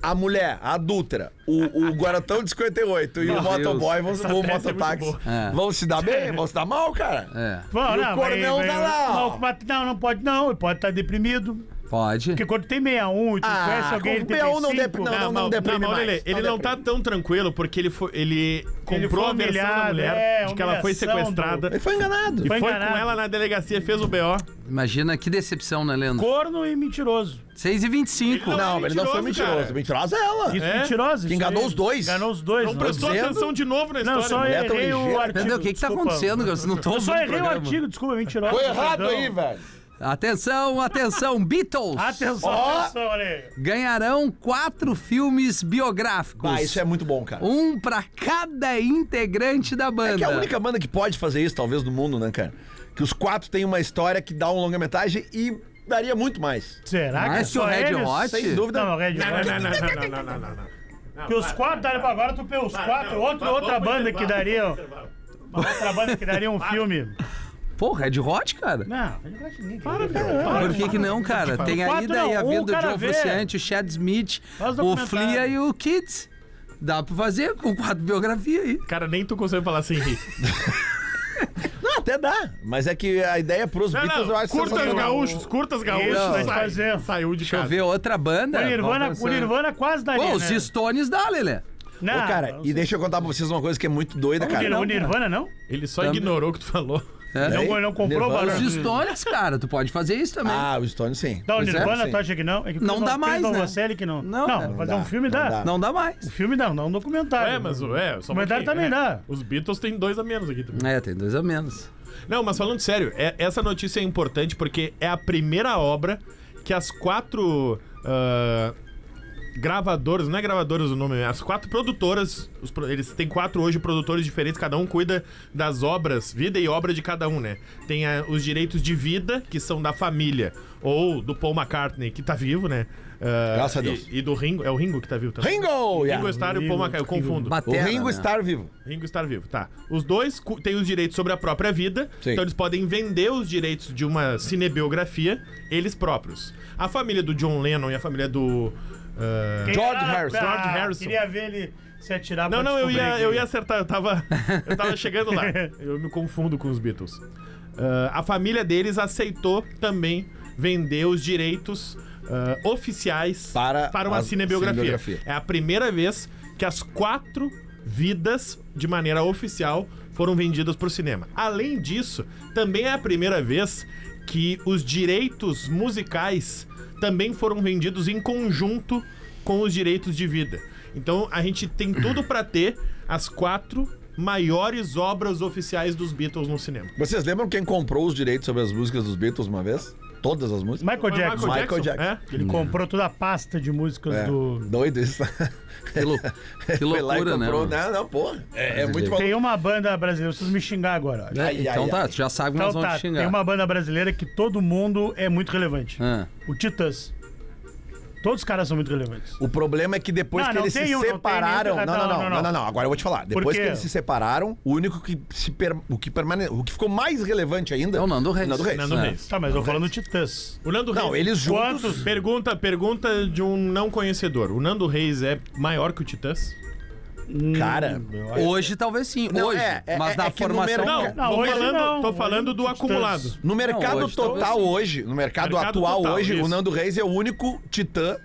S7: a mulher, a adúltera, o, o guarantão de 58 e o
S4: Meu Deus.
S7: motoboy, vão, o
S5: tese é muito
S7: mototáxi,
S5: boa.
S4: É.
S7: vão se dar bem, vão se dar mal, cara?
S4: É,
S3: Bom,
S7: E o cornão tá lá, ó.
S3: Não, mas- não, não pode não. Ele pode estar deprimido.
S4: pode.
S3: Porque quando tem 61 e tu
S7: Ah,
S3: conhece alguém,
S7: com
S3: ele tem
S7: 61 não
S3: 35,
S7: dep- não,
S5: Não, não,
S7: deprime
S5: não, mas olha,
S7: mais,
S5: ele
S7: não
S5: não tá tão tranquilo porque ele foi, ele comprou
S3: foi
S5: a versão da
S3: humilhado,
S5: mulher
S3: é,
S5: de que ela foi
S3: humilhação
S5: sequestrada.
S7: Ele foi enganado.
S5: E foi,
S3: Foi
S5: com
S3: enganado.
S5: ela na delegacia, fez o BO.
S4: Imagina que decepção, né, Leandro?
S3: Corno e mentiroso.
S4: 6 e 25
S5: Ele
S7: Não,
S5: é
S7: ele não
S5: mentiroso,
S7: foi mentiroso.
S5: cara.
S7: Mentirosa é ela.
S3: Isso,
S5: É?
S3: mentiroso. isso
S7: Que enganou
S3: aí.
S7: os dois.
S3: Enganou os dois.
S5: Não
S3: né?
S5: prestou
S7: dizendo.
S5: atenção de novo na
S3: Não, só
S5: história.
S7: mulher tão
S3: errei o
S7: ligeira.
S3: artigo.
S4: tá Entendeu? O que, que tá
S3: desculpa.
S4: acontecendo, cara? Vocês não estão
S3: Eu só
S4: ouvindo o
S3: errei o
S4: programa.
S3: artigo, desculpa, é mentiroso.
S7: Foi errado
S3: perdão.
S7: aí, velho.
S4: Atenção, atenção, Beatles
S3: Atenção,
S7: Ó.
S3: atenção, olha aí.
S4: ganharão quatro filmes biográficos.
S7: Ah, isso é muito bom, cara.
S4: Um pra cada integrante da banda.
S7: É que é a única banda que pode fazer isso, talvez, no mundo, né, cara? Que os quatro têm uma história que dá um longa-metragem e daria muito mais.
S3: Será que é
S4: Mais que Ah, o
S3: só
S4: Red
S3: eles?
S4: Hot.
S7: Sem dúvida.
S3: Não, o Red
S5: Não,
S3: Hot.
S5: não, não, não, não, não, não, não, não.
S3: Que os quatro dariam agora, tu pega os quatro,
S5: não,
S3: outro,
S5: vai,
S3: outra
S5: vamos pro
S3: banda que
S5: intervalo,
S3: daria.
S5: vamos pro intervalo.
S3: Uma outra banda que daria um filme.
S4: Pô, Red Hot, cara?
S3: Não, para,
S4: Por que, que não, cara? Tem
S3: Quatro
S4: aí daí
S3: não,
S4: a
S3: um
S4: vinda do
S3: cara
S4: John
S3: vê.
S4: Frusciante, o Chad Smith,
S3: Faz
S4: o
S3: documentário.
S4: Flea e o Kids. Dá pra fazer com quatro biografias aí.
S5: Cara, nem tu consegue falar assim, rir.
S7: Não, até dá. Mas é que a ideia pros
S5: Não,
S7: Beatles eu
S5: não,
S7: acho
S5: curtas
S7: sensacional.
S5: gaúchos, curtas gaúchos.
S3: Isso,
S5: sai-
S3: vai fazer.
S5: Saiu de
S4: Deixa eu
S5: casa.
S4: ver outra banda.
S3: O Nirvana,
S4: Vamos
S3: o
S4: pensar.
S3: Nirvana quase daria. né?
S4: Pô, os Stones dá, Lelê.
S3: Não,
S7: Ô, cara,
S3: Ah, não
S7: e
S3: sei.
S7: deixa eu contar pra vocês uma coisa que é muito doida,
S3: O Nir-
S7: cara.
S3: o Nirvana não?
S5: Ele só
S4: Também.
S5: ignorou o que tu falou.
S4: É.
S7: Daí,
S3: Não, não comprou o
S7: Nirvana.
S3: valor.
S4: Os
S7: Os
S4: Stones, cara, tu pode fazer isso
S3: né?
S4: também.
S7: Ah, o Stone sim.
S3: Dá Tá, o
S4: Pois é,
S3: Nirvana,
S7: sim.
S3: tu acha que não? É que
S4: Não
S3: quando
S4: dá
S3: fez
S4: mais,
S3: Dom
S4: né?
S3: Rosselli que não.
S4: Não,
S3: Não,
S4: não
S3: fazer
S7: dá,
S3: um filme
S7: não
S3: dá.
S7: dá.
S4: Não dá mais.
S3: Um filme não, não um documentário.
S5: É, mas o- é, só um
S3: Comentário
S5: pouquinho,
S3: também
S5: é.
S3: dá.
S5: Os Beatles têm dois a menos aqui também.
S4: É, tem dois a menos.
S5: Não, mas falando sério, é- essa notícia é importante porque é a primeira obra que as quatro ah, gravadoras, não é gravadoras o nome, as quatro produtoras, os pro- eles têm quatro hoje produtores diferentes, cada um cuida das obras, vida e obra de cada um, né? Tem ah, os direitos de vida, que são da família, ou do Paul McCartney, que tá vivo, né? Ah,
S7: Graças a
S5: e-
S7: Deus.
S5: E, do Ringo, é o Ringo que tá vivo também.
S7: Ringo! yeah.
S5: Ringo Starr e o Paul McCartney, eu confundo.
S7: O
S4: Batera,
S7: Ringo
S4: né?
S7: Starr vivo.
S5: Ringo estar vivo, tá. Os dois cu- têm os direitos sobre a própria vida,
S7: Sim.
S5: então eles podem vender os direitos de uma cinebiografia eles próprios. A família do John Lennon e a família do. ah,
S3: Quem-
S7: George Harrison.
S5: George Harrison.
S3: Queria ver ele se atirar
S5: Não,
S3: pra
S5: não, eu
S3: descobrir
S5: ia,
S3: quem
S5: eu
S3: é.
S5: ia acertar, eu tava, eu tava chegando lá. Eu me confundo com os Beatles. Ah, a família deles aceitou também vender os direitos ah, oficiais
S7: Para
S5: uma
S7: as-
S5: cinebiografia.
S7: cinebiografia.
S5: É a primeira vez que as quatro vidas, de maneira oficial, foram vendidas para o cinema. Além disso, também é a primeira vez que os direitos musicais também foram vendidos em conjunto com os direitos de vida. Então a gente tem tudo para ter as quatro maiores obras oficiais dos Beatles no cinema.
S7: Vocês lembram quem comprou os direitos sobre as músicas dos Beatles uma vez? Todas as músicas?
S3: Michael Jackson.
S7: Michael Jackson.
S5: é?
S3: Ele comprou toda a pasta de músicas
S7: É,
S3: do.
S7: Doido isso.
S4: Que, lou- que
S7: Foi lá e
S4: loucura, né?
S7: comprou.
S4: mano?
S7: Não, não, porra. É, é muito
S3: Tem uma banda brasileira, vocês me xingar agora. olha.
S4: É,
S7: Ai,
S4: então
S7: ai,
S4: tá,
S7: ai.
S4: tu já sabe que nós
S3: Então
S4: vamos
S3: tá,
S4: te xingar.
S3: tem uma banda brasileira que todo mundo é muito relevante.
S4: Ah.
S3: O Titãs. Todos os caras são muito relevantes.
S7: O problema é que depois
S3: Não,
S7: que
S3: não
S7: eles
S3: tem
S7: se
S3: um, não tem
S7: separaram.
S3: nenhum.
S7: Não não não, não, não, não, Agora eu vou te falar. Depois
S3: quê?
S7: que eles se separaram, o único que se per- o que permane... o que ficou mais relevante ainda
S4: É o Nando Reis.
S7: Nando Reis.
S5: Nando
S4: É.
S5: Reis.
S3: Tá, mas eu tô falando Titãs.
S5: O Nando
S7: Não,
S5: Reis-
S7: eles juntos.
S3: Quantos?
S5: Pergunta, pergunta de um não conhecedor. O Nando Reis é maior que o Titãs?
S3: Hum,
S7: Cara,
S4: Hoje talvez sim,
S7: Não,
S4: hoje.
S7: é, é,
S4: mas
S7: é
S4: na
S7: que no
S4: formação.
S7: mercado-
S5: Não, tô
S3: hoje
S5: falando,
S3: não.
S5: tô
S3: Hoje
S5: falando
S3: o
S5: do
S3: Titãs.
S5: acumulado.
S7: no mercado
S4: hoje
S7: total
S4: talvez
S7: hoje, no mercado,
S5: Mercado
S7: atual
S5: total,
S7: hoje,
S5: isso.
S7: o Nando Reis é o único titã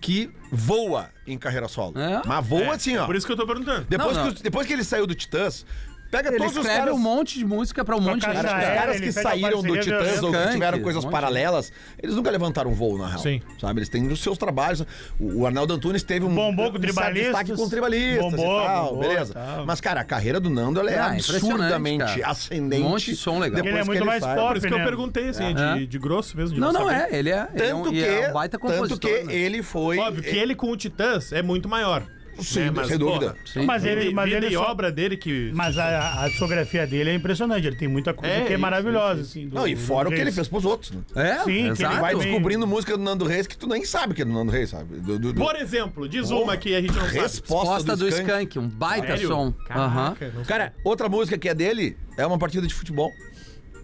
S7: que voa em carreira solo.
S4: É?
S7: Mas voa
S5: É,
S7: assim,
S5: é
S7: ó.
S5: Por isso que eu tô perguntando.
S7: Depois,
S4: Não,
S7: Que, os- depois que ele saiu do Titãs, pega
S4: Ele
S7: todos os
S4: escreve
S7: caras.
S4: um monte de música pra um monte de
S3: Troca
S4: gente.
S3: essa
S7: Os
S3: É,
S7: caras
S3: ele
S7: que
S3: pega
S7: saíram do
S3: parceria de
S7: Titãs ou que
S4: Skank,
S7: tiveram
S4: um
S7: coisas
S4: monte.
S7: paralelas, eles nunca levantaram um voo, na real.
S5: Sim.
S7: Sabe? Eles têm os seus trabalhos. O, o Arnaldo Antunes teve um,
S3: Bombou com
S7: um
S3: tribalistas.
S7: destaque com tribalistas
S3: Bombou,
S7: e tal,
S3: bombou,
S7: beleza.
S3: tal.
S7: Mas, cara, a carreira do Nando ela é
S4: Ah, impressionante,
S7: absurdamente
S4: cara.
S7: ascendente.
S4: Um monte de som legal.
S7: depois
S3: Ele é
S7: que
S3: muito mais
S7: sai.
S3: pop.
S5: Por isso que eu
S3: Né?
S5: perguntei, assim, de, de grosso mesmo. De
S4: Não, não
S5: saber.
S4: é. Ele é, ele é
S7: Tanto
S4: um,
S7: que,
S4: e é um baita compositor.
S7: tanto que
S4: né?
S7: ele foi...
S5: Óbvio que ele com o Titãs é muito maior.
S7: Sim,
S5: né?
S7: sem dúvida.
S5: porra,
S4: Sim.
S3: Mas ele,
S5: vida-
S3: mas
S5: vida
S3: ele
S5: e
S3: só-
S5: obra dele que...
S3: Mas a, a discografia dele é impressionante. Ele tem muita coisa
S5: É,
S3: que é
S5: isso,
S3: maravilhosa,
S5: isso,
S3: assim. do-
S7: Não, e
S3: do
S7: fora o que
S3: Reis.
S7: ele fez pros outros, né?
S4: É,
S3: Sim, que ele
S4: exato.
S7: Vai
S3: Ah, também.
S7: descobrindo música do Nando Reis que tu nem sabe que é do Nando Reis, sabe? Do- do- do-
S5: Por exemplo, diz uma que a gente não então, sabe.
S7: Resposta
S4: Posta do
S7: do Skank.
S4: Skank, um baita
S5: Sério?
S4: som. Aham.
S5: Caraca, não sei.
S7: Cara, outra música que é dele é uma partida de futebol.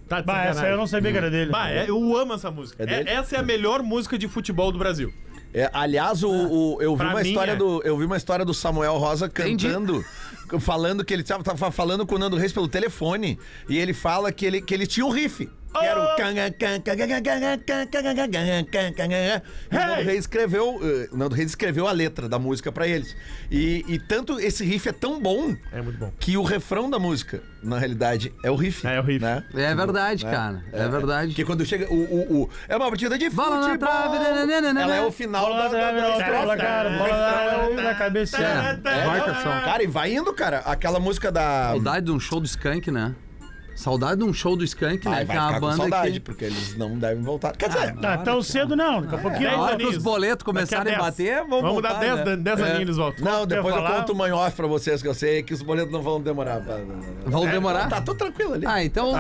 S5: tá de
S3: Bah, essa
S5: sacanagem.
S3: eu não sabia que era dele.
S5: Bah, é- eu amo essa música.
S7: É dele?
S5: É- essa é a melhor música de futebol do Brasil.
S7: É, aliás, o, o- eu, vi
S5: Pra
S7: uma
S5: mim,
S7: história
S5: é.
S7: do, eu vi uma história do Samuel Rosa
S4: Entendi.
S7: cantando, falando que ele tava, tava falando com o Nando Reis pelo telefone. E ele fala que ele, que ele tinha um riff. Que era
S5: Ah!
S7: o. E o Nando Reis escreveu. eh, O Nando Reis escreveu a letra da música pra eles. E, e tanto esse riff é tão bom
S5: É muito bom.
S7: que o refrão da música, na realidade, é o riff.
S5: É, é o riff.
S7: né?
S4: É verdade, cara. É, verdade.
S7: Porque quando chega. O, o, o- é uma partida de
S4: Bola na
S7: futebol.
S4: trave, né, nananana.
S7: Ela é o final da,
S3: Bola
S7: da, da
S3: na trave,
S7: estrofe.
S3: bola, cara, bola na- na cabeça.
S4: É,
S7: né?
S4: baita som.
S7: Cara, e vai indo, cara. Aquela música da.
S4: Saudade de um show do Skank, né? Saudade de um show do Skank, né?
S7: Ai,
S4: Que
S7: vai
S4: é
S7: ficar
S4: uma
S7: com
S4: banda
S7: saudade,
S4: que...
S7: porque eles não devem voltar. Quer dizer,
S3: Tá tão cedo, não. Daqui a pouquinho.
S5: É.
S4: A hora que
S5: aninhos.
S4: os boletos começarem a,
S5: Daqui a
S4: bater,
S5: 10.
S4: vamos
S5: Vamos
S4: voltar,
S5: dar 10
S4: né?
S5: dan- 10
S4: É.
S5: aninhos, voltam.
S7: não, depois eu
S3: falar?
S7: conto o man off pra vocês, que eu sei que os boletos não vão demorar. pra-
S4: Vão
S7: É,
S4: demorar?
S7: Tá, tô tranquilo ali.
S4: Ah, então,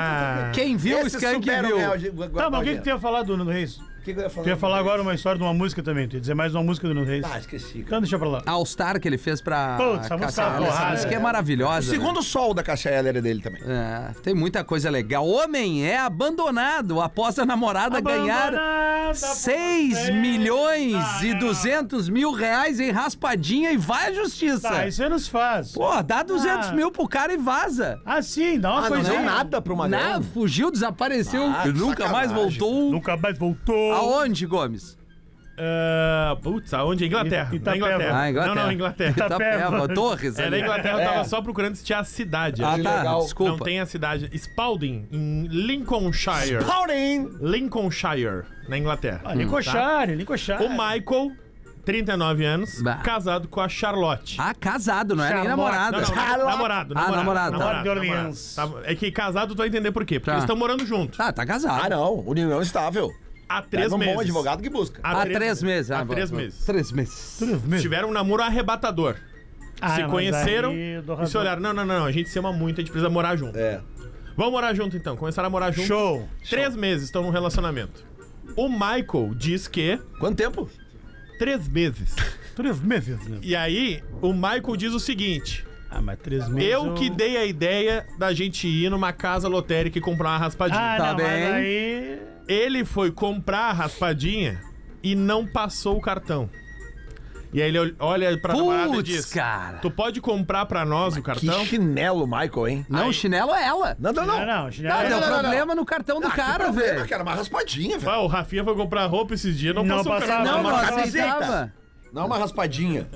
S4: quem viu o
S7: Esses
S4: Skank
S7: superam,
S4: viu.
S7: né, o de- gu-
S3: Tá, mas o que, que tu
S7: guardinha.
S3: ia falar do Nando Reis?
S7: O que que eu ia falar?
S3: Tu ia falar agora uma história de uma música também. Tu ia dizer mais uma música do Nando Reis.
S7: Ah, esqueci. cara.
S3: Então deixa pra lá.
S4: A All Ah, Star que ele fez pra.
S3: Putz, essa música
S4: Cássia
S3: é uma
S4: Eller, essa
S3: porrada,
S4: música é
S3: né?
S7: O
S4: maravilhosa. né?
S7: segundo sol da Caixa Heller é dele também.
S4: É, tem muita coisa legal. Homem é abandonado após a namorada ganhar
S3: Abandonada por
S4: 6
S3: você.
S4: milhões
S3: Ah,
S4: e
S3: não, não.
S4: 200 mil reais em raspadinha e vai à justiça.
S3: Tá, isso aí nos faz.
S4: Pô, dá 200
S3: Ah.
S4: mil pro cara e vaza.
S3: Ah, sim, dá uma
S7: Ah, não
S3: coisinha.
S4: é.
S7: deu nada pro
S4: Não,
S7: Magrão.
S4: fugiu, desapareceu,
S7: é um Ah,
S4: nunca mais
S7: sacanagem.
S4: voltou.
S3: Nunca mais voltou.
S4: Aonde, Gomes?
S5: ah, putz, aonde? Inglaterra.
S3: I-
S5: Na
S3: Itapeva.
S5: Inglaterra.
S4: Ah, Inglaterra.
S5: Não, não, Inglaterra.
S4: Itapeva, Torres.
S5: É, na
S4: ali.
S5: Inglaterra eu tava só procurando se tinha a cidade.
S4: Ah,
S5: Acho
S4: tá.
S7: Legal.
S4: Desculpa.
S5: Não tem a cidade. Spalding, em Lincolnshire.
S7: Paulinho!
S5: Lincolnshire, na Inglaterra.
S3: Ah, Lincolnshire, Lincolnshire.
S5: O Michael, 39 anos,
S4: Bah.
S5: casado com a Charlotte.
S4: Ah, casado, não é nem
S3: Charlotte.
S4: namorada.
S5: Não, não, namorado, namorado.
S4: Ah, namorado, tá.
S3: Namorado de Orleans.
S5: namorado. Tá, É que casado tu vai entender por quê. Porque
S4: Tá.
S5: eles estão morando junto.
S4: Ah, tá casado.
S7: Ah, não. União estável.
S5: Há três
S7: Pega um
S5: meses.
S7: bom advogado que busca.
S4: Há três meses.
S5: Há
S4: Ah,
S5: três
S4: bom, bom.
S5: meses.
S4: Três meses.
S3: Três meses.
S5: Tiveram um namoro arrebatador.
S3: Ah,
S5: se
S3: mas
S5: conheceram
S3: aí eu dou
S5: e se
S3: razão.
S5: olharam. Não, não, não, a gente se ama muito, a gente precisa morar junto.
S7: É.
S5: Vamos morar junto então. Começaram a morar junto.
S3: Show.
S5: Três meses estão num relacionamento. O Michael diz que
S7: Quanto tempo?
S5: três meses.
S3: Três meses, né?
S5: E aí, o Michael diz o seguinte:
S3: Ah, mas três meses.
S5: Eu que dei a ideia da gente ir numa casa lotérica e comprar uma raspadinha.
S3: Ah, tá.
S4: Tá
S3: não,
S4: bem.
S3: mas aí.
S5: Ele foi comprar a raspadinha e não passou o cartão. E aí ele ol- olha pra namorada e diz:
S4: Putz, cara.
S5: Tu pode comprar pra nós o cartão?
S7: Que chinelo, Michael, hein?
S4: Não, o chinelo é ela.
S7: Não, não,
S3: Ah,
S7: não.
S3: não,
S4: Ah,
S3: chinelo.
S4: deu
S7: não, não,
S4: problema no cartão do cara, velho.
S7: Cara, É, uma raspadinha, velho.
S5: Ah, o Rafinha foi comprar roupa esses dias, não,
S3: Não
S5: passou o
S3: passava.
S4: Não,
S5: cartão.
S4: não
S7: Uma camiseta.
S4: aceitava.
S7: Não uma raspadinha.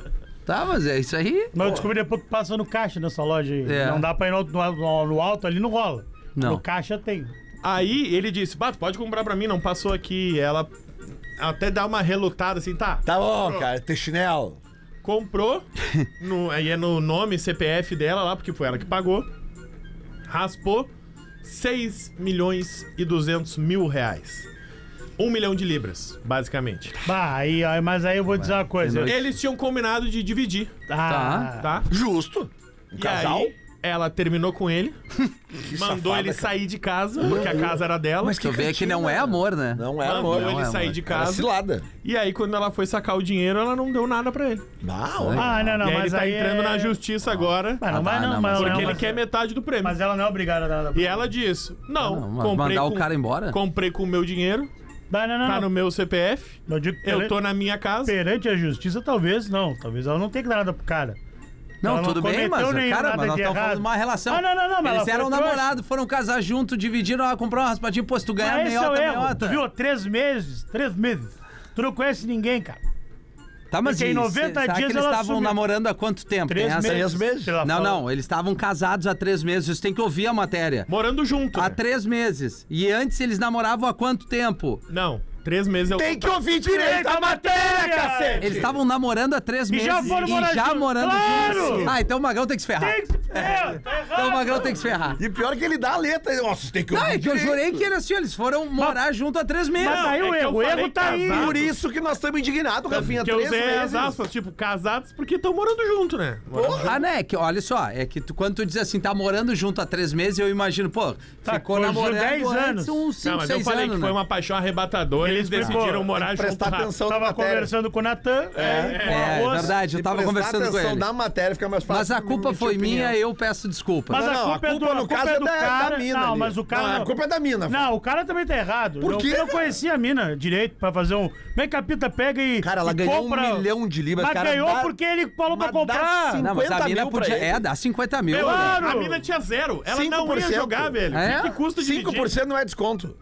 S4: Tá, mas é isso aí.
S3: Mas eu descobri depois que passa no caixa nessa loja aí.
S4: É.
S3: Não dá pra ir no, no- no alto ali, não rola.
S4: Não.
S3: No caixa tem.
S5: Aí ele disse: Bah, tu pode comprar pra mim, não passou aqui. Ela até dá uma relutada assim, tá.
S7: Tá bom, cara. Ter chinelo.
S5: Comprou, no, aí é no nome CPF dela lá, porque foi ela que pagou. Raspou 6 milhões e 200 mil reais. 1 milhão de libras, basicamente.
S3: Bah, aí, aí- mas aí eu vou dizer uma coisa. Eu,
S5: Eles tinham combinado de dividir,
S3: ah,
S5: tá?
S7: Justo. Um
S5: E
S7: casal.
S5: aí, ela terminou com ele, mandou
S7: safada,
S5: ele
S7: cara.
S5: sair de casa, porque a casa era dela.
S4: Tu vê que não é amor, né?
S7: Não é, assim.
S5: mandou
S7: amor.
S5: ele
S4: não é,
S5: sair
S4: amor.
S5: de
S7: Era
S5: casa.
S7: cilada.
S5: E aí, quando ela foi sacar o dinheiro, ela não deu nada pra ele.
S7: Não,
S4: é?
S3: Ah, não, não,
S5: e aí
S3: mas
S5: ele tá
S3: aí
S5: entrando
S3: é-
S5: na justiça agora,
S3: Ah, não,
S4: Ah,
S3: mas
S4: tá,
S3: não,
S4: não,
S3: mas
S4: mas
S3: ela
S5: porque
S3: não-
S5: ele quer metade do prêmio.
S3: Mas ela não é obrigada a dar nada.
S5: E ela diz: Não,
S4: não, mas
S5: comprei.
S4: mandar o
S5: com-
S4: cara embora?
S5: Comprei com o meu dinheiro,
S3: Bah, não, não,
S5: tá
S3: não.
S5: no meu CPF,
S3: Eu digo que
S5: eu
S3: pera-
S5: tô na minha casa.
S3: perante a justiça, talvez não. Talvez ela não tenha que dar nada pro cara.
S4: Não,
S3: Ela não
S4: tudo bem,
S3: cometeu
S4: mas,
S3: nenhum
S4: cara,
S3: nada
S4: mas nós
S3: de
S4: estamos falando
S3: errado.
S4: de uma relação.
S3: Ah, não, não, não, mas
S4: Eles
S3: ela
S4: eram
S3: foi trouxa.
S4: namorados, foram casar junto, dividiram, ah, comprar uma raspadinha, pô, se tu ganhar
S3: Mas esse é
S4: meia
S3: o
S4: outra,
S3: erro.
S4: meiota.
S3: Tu viu? Três meses. Três meses. Tu não conhece ninguém, cara.
S4: Tá, mas
S3: Porque em
S4: e se-
S3: 90
S4: será
S3: dias
S4: que eles
S3: ela
S4: estavam
S3: sumiu.
S4: namorando há quanto tempo?
S3: Três
S4: Tem essa-
S3: meses.
S7: meses?
S3: Ela
S4: Não,
S3: falou.
S4: não, eles estavam casados há três meses, isso tem que ouvir a matéria.
S5: Morando junto.
S4: Há três meses. E antes eles namoravam há quanto tempo?
S5: Não, três meses eu.
S7: Tem que ouvir direito a matéria, cacete!
S4: Eles estavam namorando há três meses
S3: já foram morar
S4: e já
S3: junto.
S4: morando
S3: Claro!
S4: juntos. Ah, então o Magrão tem que se ferrar.
S3: Tem que se
S7: É.
S3: ferrar, tá
S4: Então o
S3: errado.
S4: Magrão tem que se ferrar.
S7: E pior que ele dá a letra. Nossa, vocês têm que
S4: Não,
S7: ouvir
S4: é que eu
S7: direito.
S4: jurei que eles, assim, eles foram morar junto há três meses.
S3: Mas aí
S5: é
S3: o
S5: que eu
S3: erro. O
S5: falei
S3: erro tá aí.
S5: casado.
S7: Por isso que nós estamos indignados, Rafinha.
S5: que eu
S7: Três
S5: usei as
S7: meses.
S5: aspas, tipo, casados porque estão morando junto, né?
S4: Ah, né? Que, olha só, é que tu- quando tu diz assim, tá morando junto há três meses, eu imagino, pô, ficou
S3: conjugou
S4: namorando
S3: 10
S4: antes
S3: anos.
S4: uns
S5: Não,
S4: 5,
S5: mas eu
S4: 6
S5: falei
S4: anos,
S5: que
S4: né?
S5: foi uma paixão arrebatadora e eles
S3: Eles
S5: decidiram
S3: ficou-
S5: morar junto.
S7: Prestar
S5: rápido.
S7: atenção na
S3: Tava
S7: matéria.
S3: conversando com o Natan. É, com
S4: É,
S3: o arroz.
S4: verdade, eu
S7: Se
S4: tava
S7: prestar
S4: conversando com
S7: atenção um
S4: ele.
S7: na matéria fica mais fácil.
S4: Mas a culpa
S7: emitir
S4: foi
S7: opinião.
S4: minha, eu peço desculpa.
S3: Mas
S7: Não,
S3: a
S7: não,
S3: culpa, é do, a
S7: no
S3: culpa
S7: caso
S3: é do
S7: da,
S3: cara.
S7: da mina.
S3: não,
S7: ali.
S3: mas o cara.
S7: Não,
S3: não-
S7: a culpa é da mina. filho.
S3: Não, o cara também tá errado.
S7: Por
S3: eu,
S7: quê,
S3: eu não
S7: cara?
S3: conhecia a mina direito pra fazer um. Como é que a Pita pega e.
S7: Cara, ela
S3: e
S7: ganhou um
S3: compra-
S7: milhão de libras,
S3: Mas
S7: cara,
S3: ganhou
S7: dá-
S3: porque ele falou pra
S7: mas dá
S3: comprar.
S7: sim.
S4: não, mas a
S7: 50
S4: mina
S7: mil pra
S4: podia.
S7: ele.
S4: É, dá 50 mil.
S5: Meu,
S4: né?
S3: Claro!
S5: tá? A mina tinha zero. Ela não ia
S7: 5%.
S5: jogar, velho.
S4: É?
S5: Que custa de
S7: 5% não é desconto.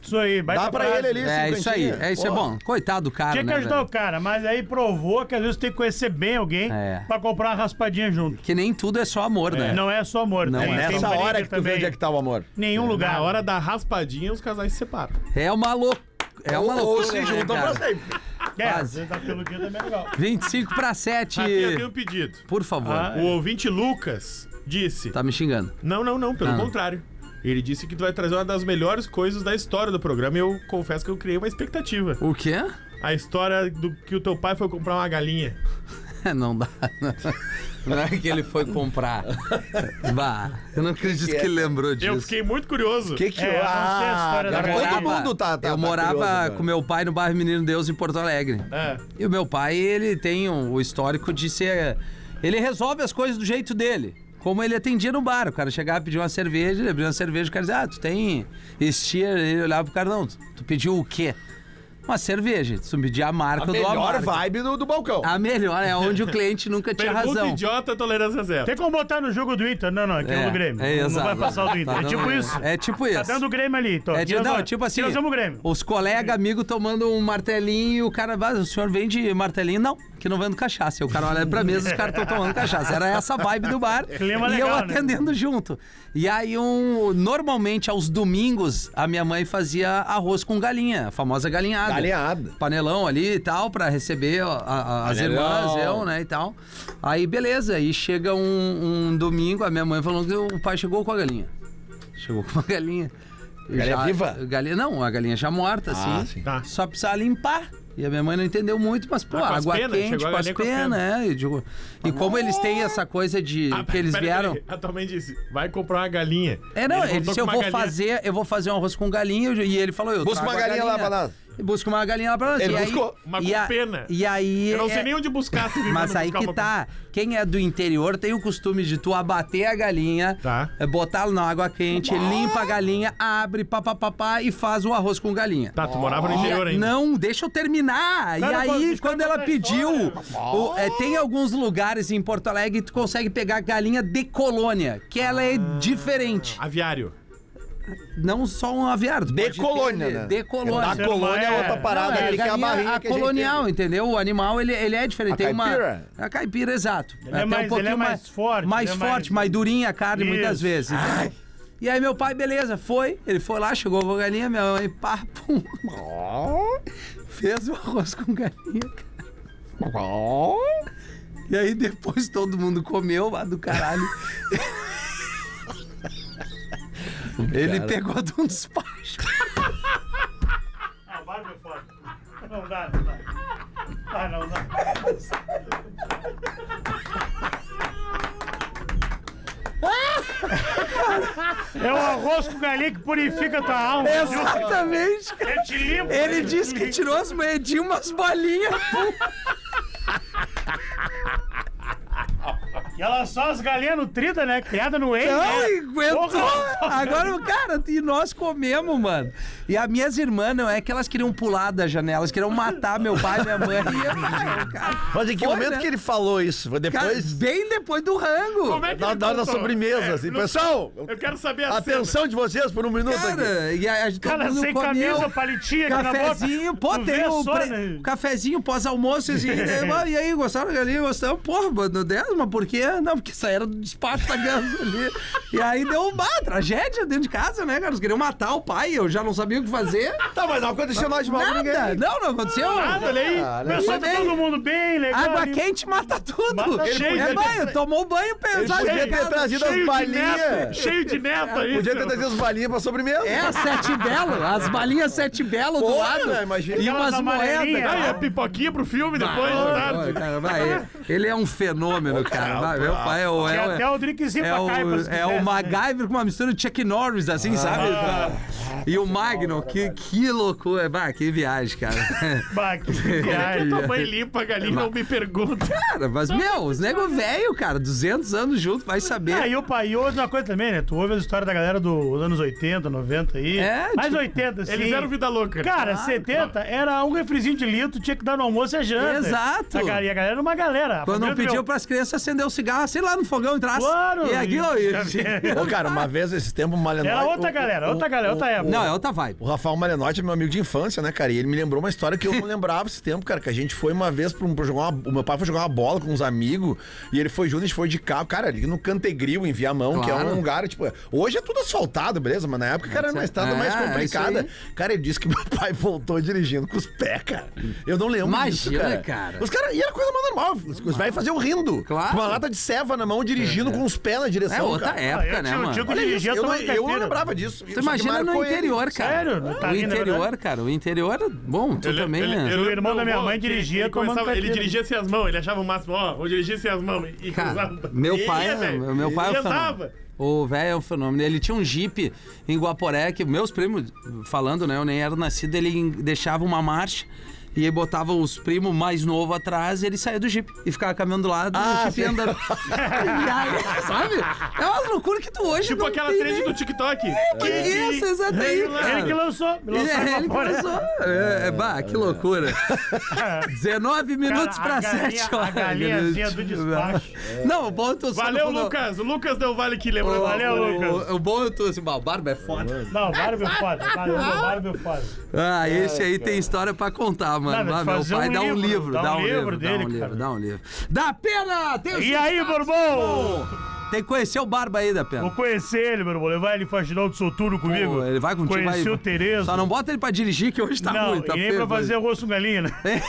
S3: Isso aí, vai
S7: Dá pra ele ali.
S4: É isso aí,
S7: cinquentinha.
S4: é isso é
S7: Pô.
S4: bom. Coitado do cara,
S3: Tinha que
S4: né?
S3: ajudar
S4: velho?
S3: o cara, mas aí provou que às vezes tem que conhecer bem alguém
S4: É.
S3: pra comprar uma raspadinha junto.
S4: Que nem tudo é só amor, né?
S3: Não é só amor,
S4: Não
S3: tem,
S4: é.
S3: tem
S7: Nessa
S3: briga
S7: hora que tu vê
S3: também.
S7: onde é que tá o amor.
S3: Nenhum lugar.
S5: Na hora da raspadinha, os casais se separam.
S4: É uma loucura. É uma
S7: Ou
S4: loucura.
S7: se
S4: né,
S7: juntam
S4: cara?
S7: pra sempre.
S3: É, às
S4: tá Quase.
S3: vezes dá pelo dia também é legal.
S4: 25 pra 7.
S5: Aqui eu tenho um pedido.
S4: Por favor.
S3: Ah,
S5: O ouvinte Lucas disse:
S4: Tá me xingando.
S5: Não, não, não, pelo
S4: Ah.
S5: contrário. Ele disse que tu vai trazer uma das melhores coisas da história do programa e eu confesso que eu criei uma expectativa.
S4: O quê?
S5: A história do que o teu pai foi comprar uma galinha.
S4: Não dá. Não é que ele foi comprar. Bah, eu não acredito que ele lembrou disso.
S5: Eu fiquei muito curioso.
S7: Que que Ah,
S3: É, eu não sei a história da
S7: agora
S3: galera.
S7: Todo mundo tá. tá-
S4: eu
S7: tá curioso
S4: morava
S7: agora.
S4: com meu pai no bairro Menino Deus, em Porto Alegre.
S5: É.
S4: E o meu pai, ele tem um- o histórico de ser. Ele resolve as coisas do jeito dele. Como ele atendia no bar. O cara chegava, pedia uma cerveja, ele abria uma cerveja, o cara dizia, ah, tu tem steer? Ele olhava pro cara, não, tu pediu o quê? uma cerveja. Se tu medir a marca do
S7: Melhor
S4: amargo.
S7: vibe do, do balcão.
S4: A melhor é onde o cliente nunca tinha
S5: Pergunta
S4: razão.
S5: idiota, tolerância zero.
S3: Tem como botar no jogo do Inter? Não, não, aqui é,
S4: É,
S3: do Grêmio.
S4: é,
S3: não
S4: exato.
S3: vai passar o do Inter.
S4: Tá
S3: é
S4: dando-
S3: tipo isso.
S4: é tipo
S3: Tá
S4: isso.
S3: dando o Grêmio ali, tô.
S4: É, tipo, não,
S3: Nós-
S4: tipo assim.
S3: Nós somos o Grêmio.
S4: Os colegas, amigos, tomando um martelinho e o cara. "Ah, O senhor vende martelinho? Não, que não vendo cachaça. E o cara olha pra mesa os caras estão tomando cachaça. Era essa a vibe do bar.
S3: Clima
S4: e
S3: legal,
S4: eu
S3: né?
S4: atendendo junto. E aí, um. Normalmente, aos domingos, a minha mãe fazia arroz com galinha, a famosa galinhada.
S7: Galinhada.
S4: Panelão ali e tal, pra receber ó, a- a- as
S7: Panelão.
S4: irmãs, eu, né, e tal. Aí, beleza. Aí chega um, um domingo, a minha mãe falando que o pai chegou com a galinha. Chegou com uma galinha.
S7: Galinha viva?
S4: Galinha, não, a galinha já morta,
S7: Ah,
S4: assim.
S7: sim.
S5: Tá.
S4: Só precisava limpar. E a minha mãe não entendeu muito, mas, pô,
S5: Ah, com as
S4: água
S5: penas,
S4: quente,
S5: chegou a
S4: com as
S5: galinha com as Tá
S4: penas, é. E, digo, e como eles têm essa coisa de
S5: Ah,
S4: que eles
S5: peraí,
S4: vieram.
S5: peraí. A tua mãe disse, vai comprar uma galinha.
S4: É, não,
S5: Ele
S4: ele
S5: voltou
S4: disse,
S5: com
S4: eu
S5: uma
S4: vou
S5: galinha.
S4: fazer, eu vou fazer um arroz com galinha, e ele falou, eu
S7: Busca
S4: trago
S7: uma
S4: a
S7: galinha lá pra nós.
S4: E Busca uma galinha lá pra nós.
S7: Ele
S4: e aí-
S7: buscou,
S5: mas
S4: e
S5: com
S4: a-
S5: pena.
S4: E aí...
S5: Eu não sei
S4: é-
S5: nem onde buscar se
S4: mas aí que tá. Quem é do interior tem o costume de tu abater a galinha,
S5: Tá.
S4: eh, botar na água quente, limpa a galinha, abre, papapá, e faz o arroz com galinha.
S5: Tá, tu morava no
S4: E
S5: interior
S4: a-
S5: ainda.
S4: Não, deixa eu
S3: Cara,
S4: terminar. e
S3: mas
S4: aí,
S3: deixa eu
S4: quando ela
S3: contar a
S4: pediu,
S3: história.
S4: o- é, tem alguns lugares em Porto Alegre que tu consegue pegar galinha de colônia, que ela é
S5: Ah.
S4: diferente.
S5: Aviário.
S4: Não só um aviário. tu
S7: De
S4: pode ter
S7: colônia,
S4: de-
S7: né?
S4: De colônia.
S7: Da colônia é outra parada,
S4: Não, é,
S7: aquele que é a
S4: galinha,
S7: barriga
S4: a
S7: que a gente
S4: colonial, entendeu? O animal, ele, ele é diferente.
S7: A
S4: tem
S7: caipira?
S4: uma... A caipira, exato. Ele
S3: é mais- ele é mais forte,
S4: Mais
S3: ele é
S4: forte,
S3: mais-
S4: mais durinha a carne,
S3: Isso.
S4: muitas vezes. entendeu? E aí meu pai, beleza, foi. Ele foi lá, chegou com a galinha, minha mãe, pá, pum. Fez o arroz com galinha, cara. E aí depois todo mundo comeu lá do caralho. Ele pegou de um despacho.
S3: Ah, o barco é forte. Não dá, não dá. Ah, não dá. É o arroz com galinha que purifica tua alma. né?
S4: Exatamente, cara.
S3: Ele te limpa.
S4: Ele disse que tirou as moedinhas umas bolinhas.
S3: E ela só as galinhas nutridas, né? Criada no whey,
S4: Ai,
S3: né?
S4: aguentou.
S3: Porra.
S4: Agora, cara, e nós comemos, mano. E as minhas irmãs, não é que elas queriam pular da janela, elas queriam matar meu pai, minha mãe. E eu, cara,
S7: Mas em que
S4: Foi,
S7: momento
S4: né?
S7: que ele falou isso? Foi
S4: cara,
S7: depois
S4: bem depois do rango.
S5: Como é que
S7: da,
S5: ele
S7: da, da
S5: contou?
S3: É,
S7: sobremesa, assim.
S5: não-
S7: Pessoal,
S5: Eu quero saber a cena.
S7: atenção de vocês por um minuto aqui.
S4: é, Cara, e a, a, todo
S3: Cara,
S4: mundo
S3: sem
S4: comeu.
S3: camisa, palitinha aqui na boca.
S4: Cafezinho, pô,
S3: Tu
S4: tem
S3: vê
S4: o
S3: só,
S4: pre-
S3: né?
S4: cafezinho pós-almoço, assim, né? e aí, gostaram da galinha? Gostaram? Porra, mano, dela, mas por quê? Não, porque saíram do despacho da ganso ali. E aí deu uma tragédia dentro de casa, né, cara? Eles queriam matar o pai, eu já não sabia o que fazer.
S7: Tá, mas não aconteceu nada de mal com ninguém.
S4: Nada, não, não aconteceu.
S3: Nada, olha aí.
S7: Cara,
S3: Pessoal, tá
S4: bem.
S3: todo mundo bem, legal.
S4: Ah, Água
S3: ali.
S4: quente mata tudo.
S3: Mata
S4: Ele
S3: cheio, né?
S4: é banho, tomou banho,
S7: Ele
S4: pesado.
S7: podia ter trazido as balinhas.
S3: Cheio de neto aí.
S7: Podia ter
S3: seu.
S7: trazido as balinhas pra sobremesa.
S4: É, a Sete Belo, as balinhas Sete Belo do
S7: Porra,
S4: lado.
S7: né, imagina.
S4: E
S3: Aquelas
S4: umas moedas.
S3: amarelinhas.
S4: cara.
S5: Ah, e a pipoquinha pro filme depois, tá?
S4: Ô, cara, vai, ele é um fenômeno, cara. Vai, meu pai é o.
S3: Tinha
S4: É, o-
S3: até o drinkzinho
S4: é
S3: pra
S4: o,
S3: caipa, se
S4: é o
S3: quisesse, né?
S4: MacGyver com uma mistura de Chuck Norris, assim, sabe? E o Magno, que, que loucura. Bah, que viagem, cara.
S3: Bah, que
S5: Por que
S3: viagem.
S5: tua mãe limpa a galinha? Não me pergunta.
S4: cara, mas, meu, os nego velho, cara, 200 anos junto, vai
S3: Ah,
S4: saber.
S3: e o pai, e outra coisa também, né? Tu ouve as histórias da galera dos anos 80, 90 aí.
S4: É,
S3: Mais
S4: tipo,
S3: 80, sim.
S5: Eles eram vida louca. né?
S3: Cara, 70 era um refrizinho de litro, tinha que dar no almoço e a janta.
S4: Exato.
S3: A galera, e a galera era uma galera. A
S4: Quando
S3: família
S4: não
S3: do
S4: pediu
S3: meu-
S4: pras crianças acender o cigarro, sei lá, no fogão em trás.
S3: Claro!
S4: E aqui, ó. e-
S7: Ô, cara, uma vez esse tempo o Malenotti.
S3: Era outra galera, outra galera, outra época.
S4: Não, é outra vibe.
S7: O Rafael Malenotti é meu amigo de infância, né, cara? E ele me lembrou uma história que eu não lembrava esse tempo, cara. Que a gente foi uma vez pra, um, pra jogar uma, O meu pai foi jogar uma bola com uns amigos e ele foi junto, a gente foi de carro. Cara, ali no Cantegril, em Viamão, que é
S4: Claro.
S7: um lugar, tipo. Hoje é tudo asfaltado, beleza? Mas na época, cara, era uma
S4: É,
S7: estrada mais
S4: é isso
S7: complicada.
S4: aí.
S7: Cara, ele disse que meu pai voltou dirigindo com os pés, cara. Eu não lembro disso,
S4: Imagina,
S7: cara.
S4: cara.
S7: Os caras. E era coisa mais normal. Os, os velhos faziam rindo.
S4: Claro.
S7: Com uma lata de ceva na mão, dirigindo com os pés na direção.
S4: É outra
S7: cara.
S3: Ah, eu
S4: época, né,
S3: tinha- eu
S4: mano?
S3: tinha que
S7: Olha isso,
S3: dirigir,
S7: Eu,
S3: eu
S7: não,
S3: tomava
S7: eu não
S3: carteira.
S7: lembrava disso.
S4: Tu imagina no interior, cara.
S3: Sério? Não tá
S4: o
S3: rindo, é
S4: interior,
S3: verdade?
S4: cara. O interior, bom, tu
S5: Ele-
S4: também,
S5: ele-
S4: né?
S5: eu
S3: O irmão
S5: lembro
S3: da minha
S5: meu avô
S3: mãe
S5: que
S3: dirigia
S5: ele,
S3: tomando
S5: começava- ele
S3: caipira.
S5: dirigia sem as mãos, ele achava o máximo, ó, vou dirigir sem as mãos. E
S4: Cara,
S5: cruzava.
S4: meu pai,
S5: Ia,
S4: é-
S5: velho.
S4: meu pai é um
S5: Ia,
S4: fenômeno.
S5: dava.
S4: O velho é um fenômeno. Ele tinha um Jeep em Guaporé que meus primos falando, né, eu nem era nascido, ele em- deixava uma marcha E aí botava os primos mais novos atrás e ele saía do jipe e ficava caminhando do lado
S7: Ah,
S4: e o jipe
S7: sei.
S4: ia andando. E aí, sabe? É uma loucura que tu hoje
S5: Tipo
S4: não
S5: aquela
S4: tem
S5: trend
S4: nem- É,
S5: do TikTok.
S4: Que isso, exatamente.
S3: Ele que lançou. Me lançou
S4: É, ele
S3: fora.
S4: começou. É, é, bah, que loucura. 19 minutos
S3: Cara, a
S4: pra
S3: galinha-
S4: 7
S3: a
S4: horas.
S3: galinhazinha do despacho.
S4: Não, o bom é tu só
S5: Valeu,
S4: não falou-
S5: Lucas. O Lucas Del Vale que
S4: O,
S5: lembrou.
S3: Valeu,
S4: o-
S3: Lucas.
S4: O, o bom é tu assim, bah, o Barba é foda.
S3: Não, Barbie é foda. Valeu, meu Barbie é foda.
S4: Ah, esse aí tem história pra contar,
S3: Dá,
S4: mano.
S3: dá de
S4: Ah, meu
S3: fazer
S4: pai
S3: um
S4: dá um
S3: livro,
S4: livro, dá um livro, dá
S3: dele,
S4: um livro,
S3: cara.
S4: dá um livro. Dá pena! Tem os
S3: E aí,
S4: destaques,
S3: Bourbon?
S4: Tem que conhecer o Barba aí da
S3: Vou
S4: pena.
S3: conhecer ele, meu irmão. Levar ele pra final do soturno comigo.
S4: Pô, ele vai contigo,
S3: Conheci
S4: vai.
S3: o Terezo.
S4: Só não bota ele pra dirigir que hoje tá
S3: não,
S4: ruim, tá
S3: e nem
S4: feio,
S3: pra
S4: mas-
S3: fazer rosto com galinha, né?
S4: É.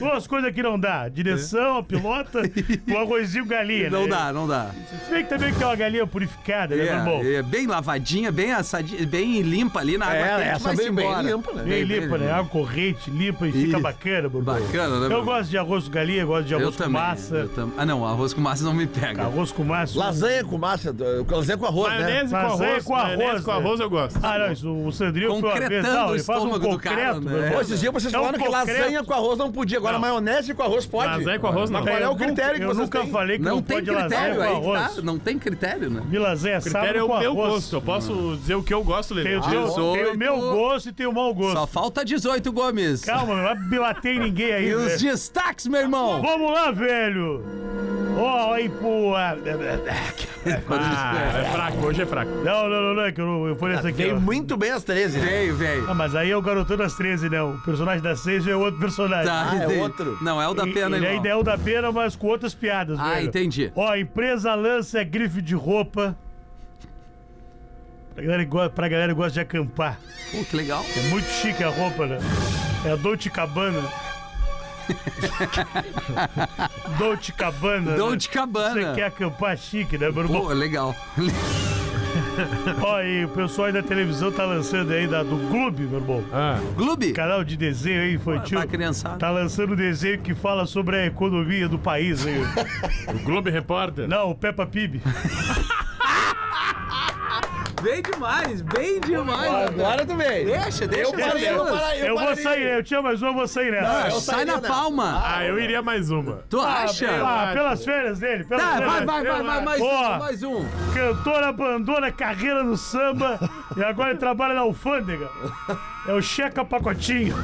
S3: Duas coisas que não dá. Direção, a pilota, o arrozinho com galinha.
S4: Não
S3: né?
S4: dá, não dá.
S3: Se bem que também que é uma galinha purificada, né, meu
S4: É,
S3: irmão?
S4: é bem lavadinha, bem assadinha, bem limpa ali na água.
S7: É,
S4: quente,
S7: essa
S4: vai-se
S7: bem- bem
S4: embora.
S7: limpa, né?
S3: Bem limpa, né? Água corrente, limpa e fica
S4: Ih,
S3: bacana, meu irmão.
S4: Bacana, né?
S3: Eu gosto de arroz com galinha, gosto de
S4: Eu
S3: arroz com
S4: também.
S3: massa.
S4: eu tam- Ah, não, arroz com massa não me pega.
S3: Arroz com massa.
S7: Lasanha com massa, eh, lasanha com arroz, né?
S5: Maionese com
S3: Lasanha
S5: arroz.
S3: com arroz,
S5: maionese com
S3: né?
S5: arroz eu gosto.
S3: Ah, não, isso, o Sandrinho foi uma vez,
S4: Concretando
S3: não,
S4: o
S3: ele faz um
S4: estômago do
S3: concreto, meu
S4: cara, né?
S3: irmão.
S7: Pô, esses dias vocês
S3: É um
S7: falaram que
S3: concreto.
S7: lasanha com arroz não podia, agora
S3: Não.
S7: maionese com arroz pode.
S5: Lasanha com arroz não.
S7: Qual é o
S3: Eu nunca-
S7: critério que
S3: Eu
S7: vocês
S3: nunca
S7: têm?
S3: falei que
S4: Não,
S3: não
S4: tem
S3: pode lasanha
S4: critério
S3: com
S4: aí, que tá?
S3: arroz.
S4: Não tem critério, né?
S3: Me lasanha
S5: O critério
S3: assada
S5: é
S3: com
S5: o meu
S3: arroz.
S5: gosto. Eu posso dizer o que eu gosto, Lelê. Ah,
S3: Tem o, teu, tem o
S4: 18.
S3: meu gosto e tem o mau gosto.
S4: Só falta 18 Gomes.
S3: Calma, não vai bilater em ninguém aí.
S4: E
S3: velho. Ah.
S4: os destaques, meu irmão.
S3: Vamos lá, velho. Ó, aí, pô. ah,
S5: Ah, é fraco. Hoje é fraco.
S3: Não, não, não, não, é que eu, não- eu fui nessa aqui.
S7: Veio
S3: ó.
S7: Ah, muito bem às 13. né?
S4: Veio, veio.
S3: Ah, mas aí é o garotão das 13, né? O personagem das 6 é outro personagem.
S4: Tá,
S7: Ah, é
S4: entendi.
S7: outro.
S4: Não, é o da
S3: E-
S4: pena,
S3: Ele
S4: irmão.
S3: ainda é o da pena, mas com outras piadas,
S4: Ah,
S3: velho.
S4: entendi.
S3: Ó, a empresa lança grife de roupa. Pra galera, que go- pra galera que gosta de acampar.
S4: Pô, que legal.
S3: É muito chique a roupa, né? É a Dolce Cabana. Dolce Cabana. né?
S4: Dolce Cabana.
S3: Você quer acampar chique, né, meu irmão?
S4: Pô, legal.
S3: Ó, e o pessoal aí da televisão tá lançando aí da, do clube, meu irmão.
S4: Clube.
S3: Canal de desenho aí infantil.
S4: Pra criançada.
S3: Tá lançando um desenho que fala sobre a economia do país aí.
S5: Ah, O Globo Repórter.
S3: Não, o Peppa Pig.
S4: Bem demais, bem demais. André.
S7: Agora tu veio.
S4: Deixa, deixa.
S7: Eu parei, eu parei,
S3: Eu, vou
S7: parei.
S3: sair, eu tinha mais uma, eu vou sair nessa.
S7: eu
S4: Sai na
S7: sairia, né?
S4: palma.
S5: Ah, eu iria mais uma.
S4: Tu acha?
S3: Ah, pelas férias dele, pelas
S4: Tá,
S3: férias
S4: vai, vai, vai, vai, mais um,
S3: Ó,
S4: mais um.
S3: Cantora abandona carreira no samba e agora ele trabalha na alfândega. É o Checa Pacotinho.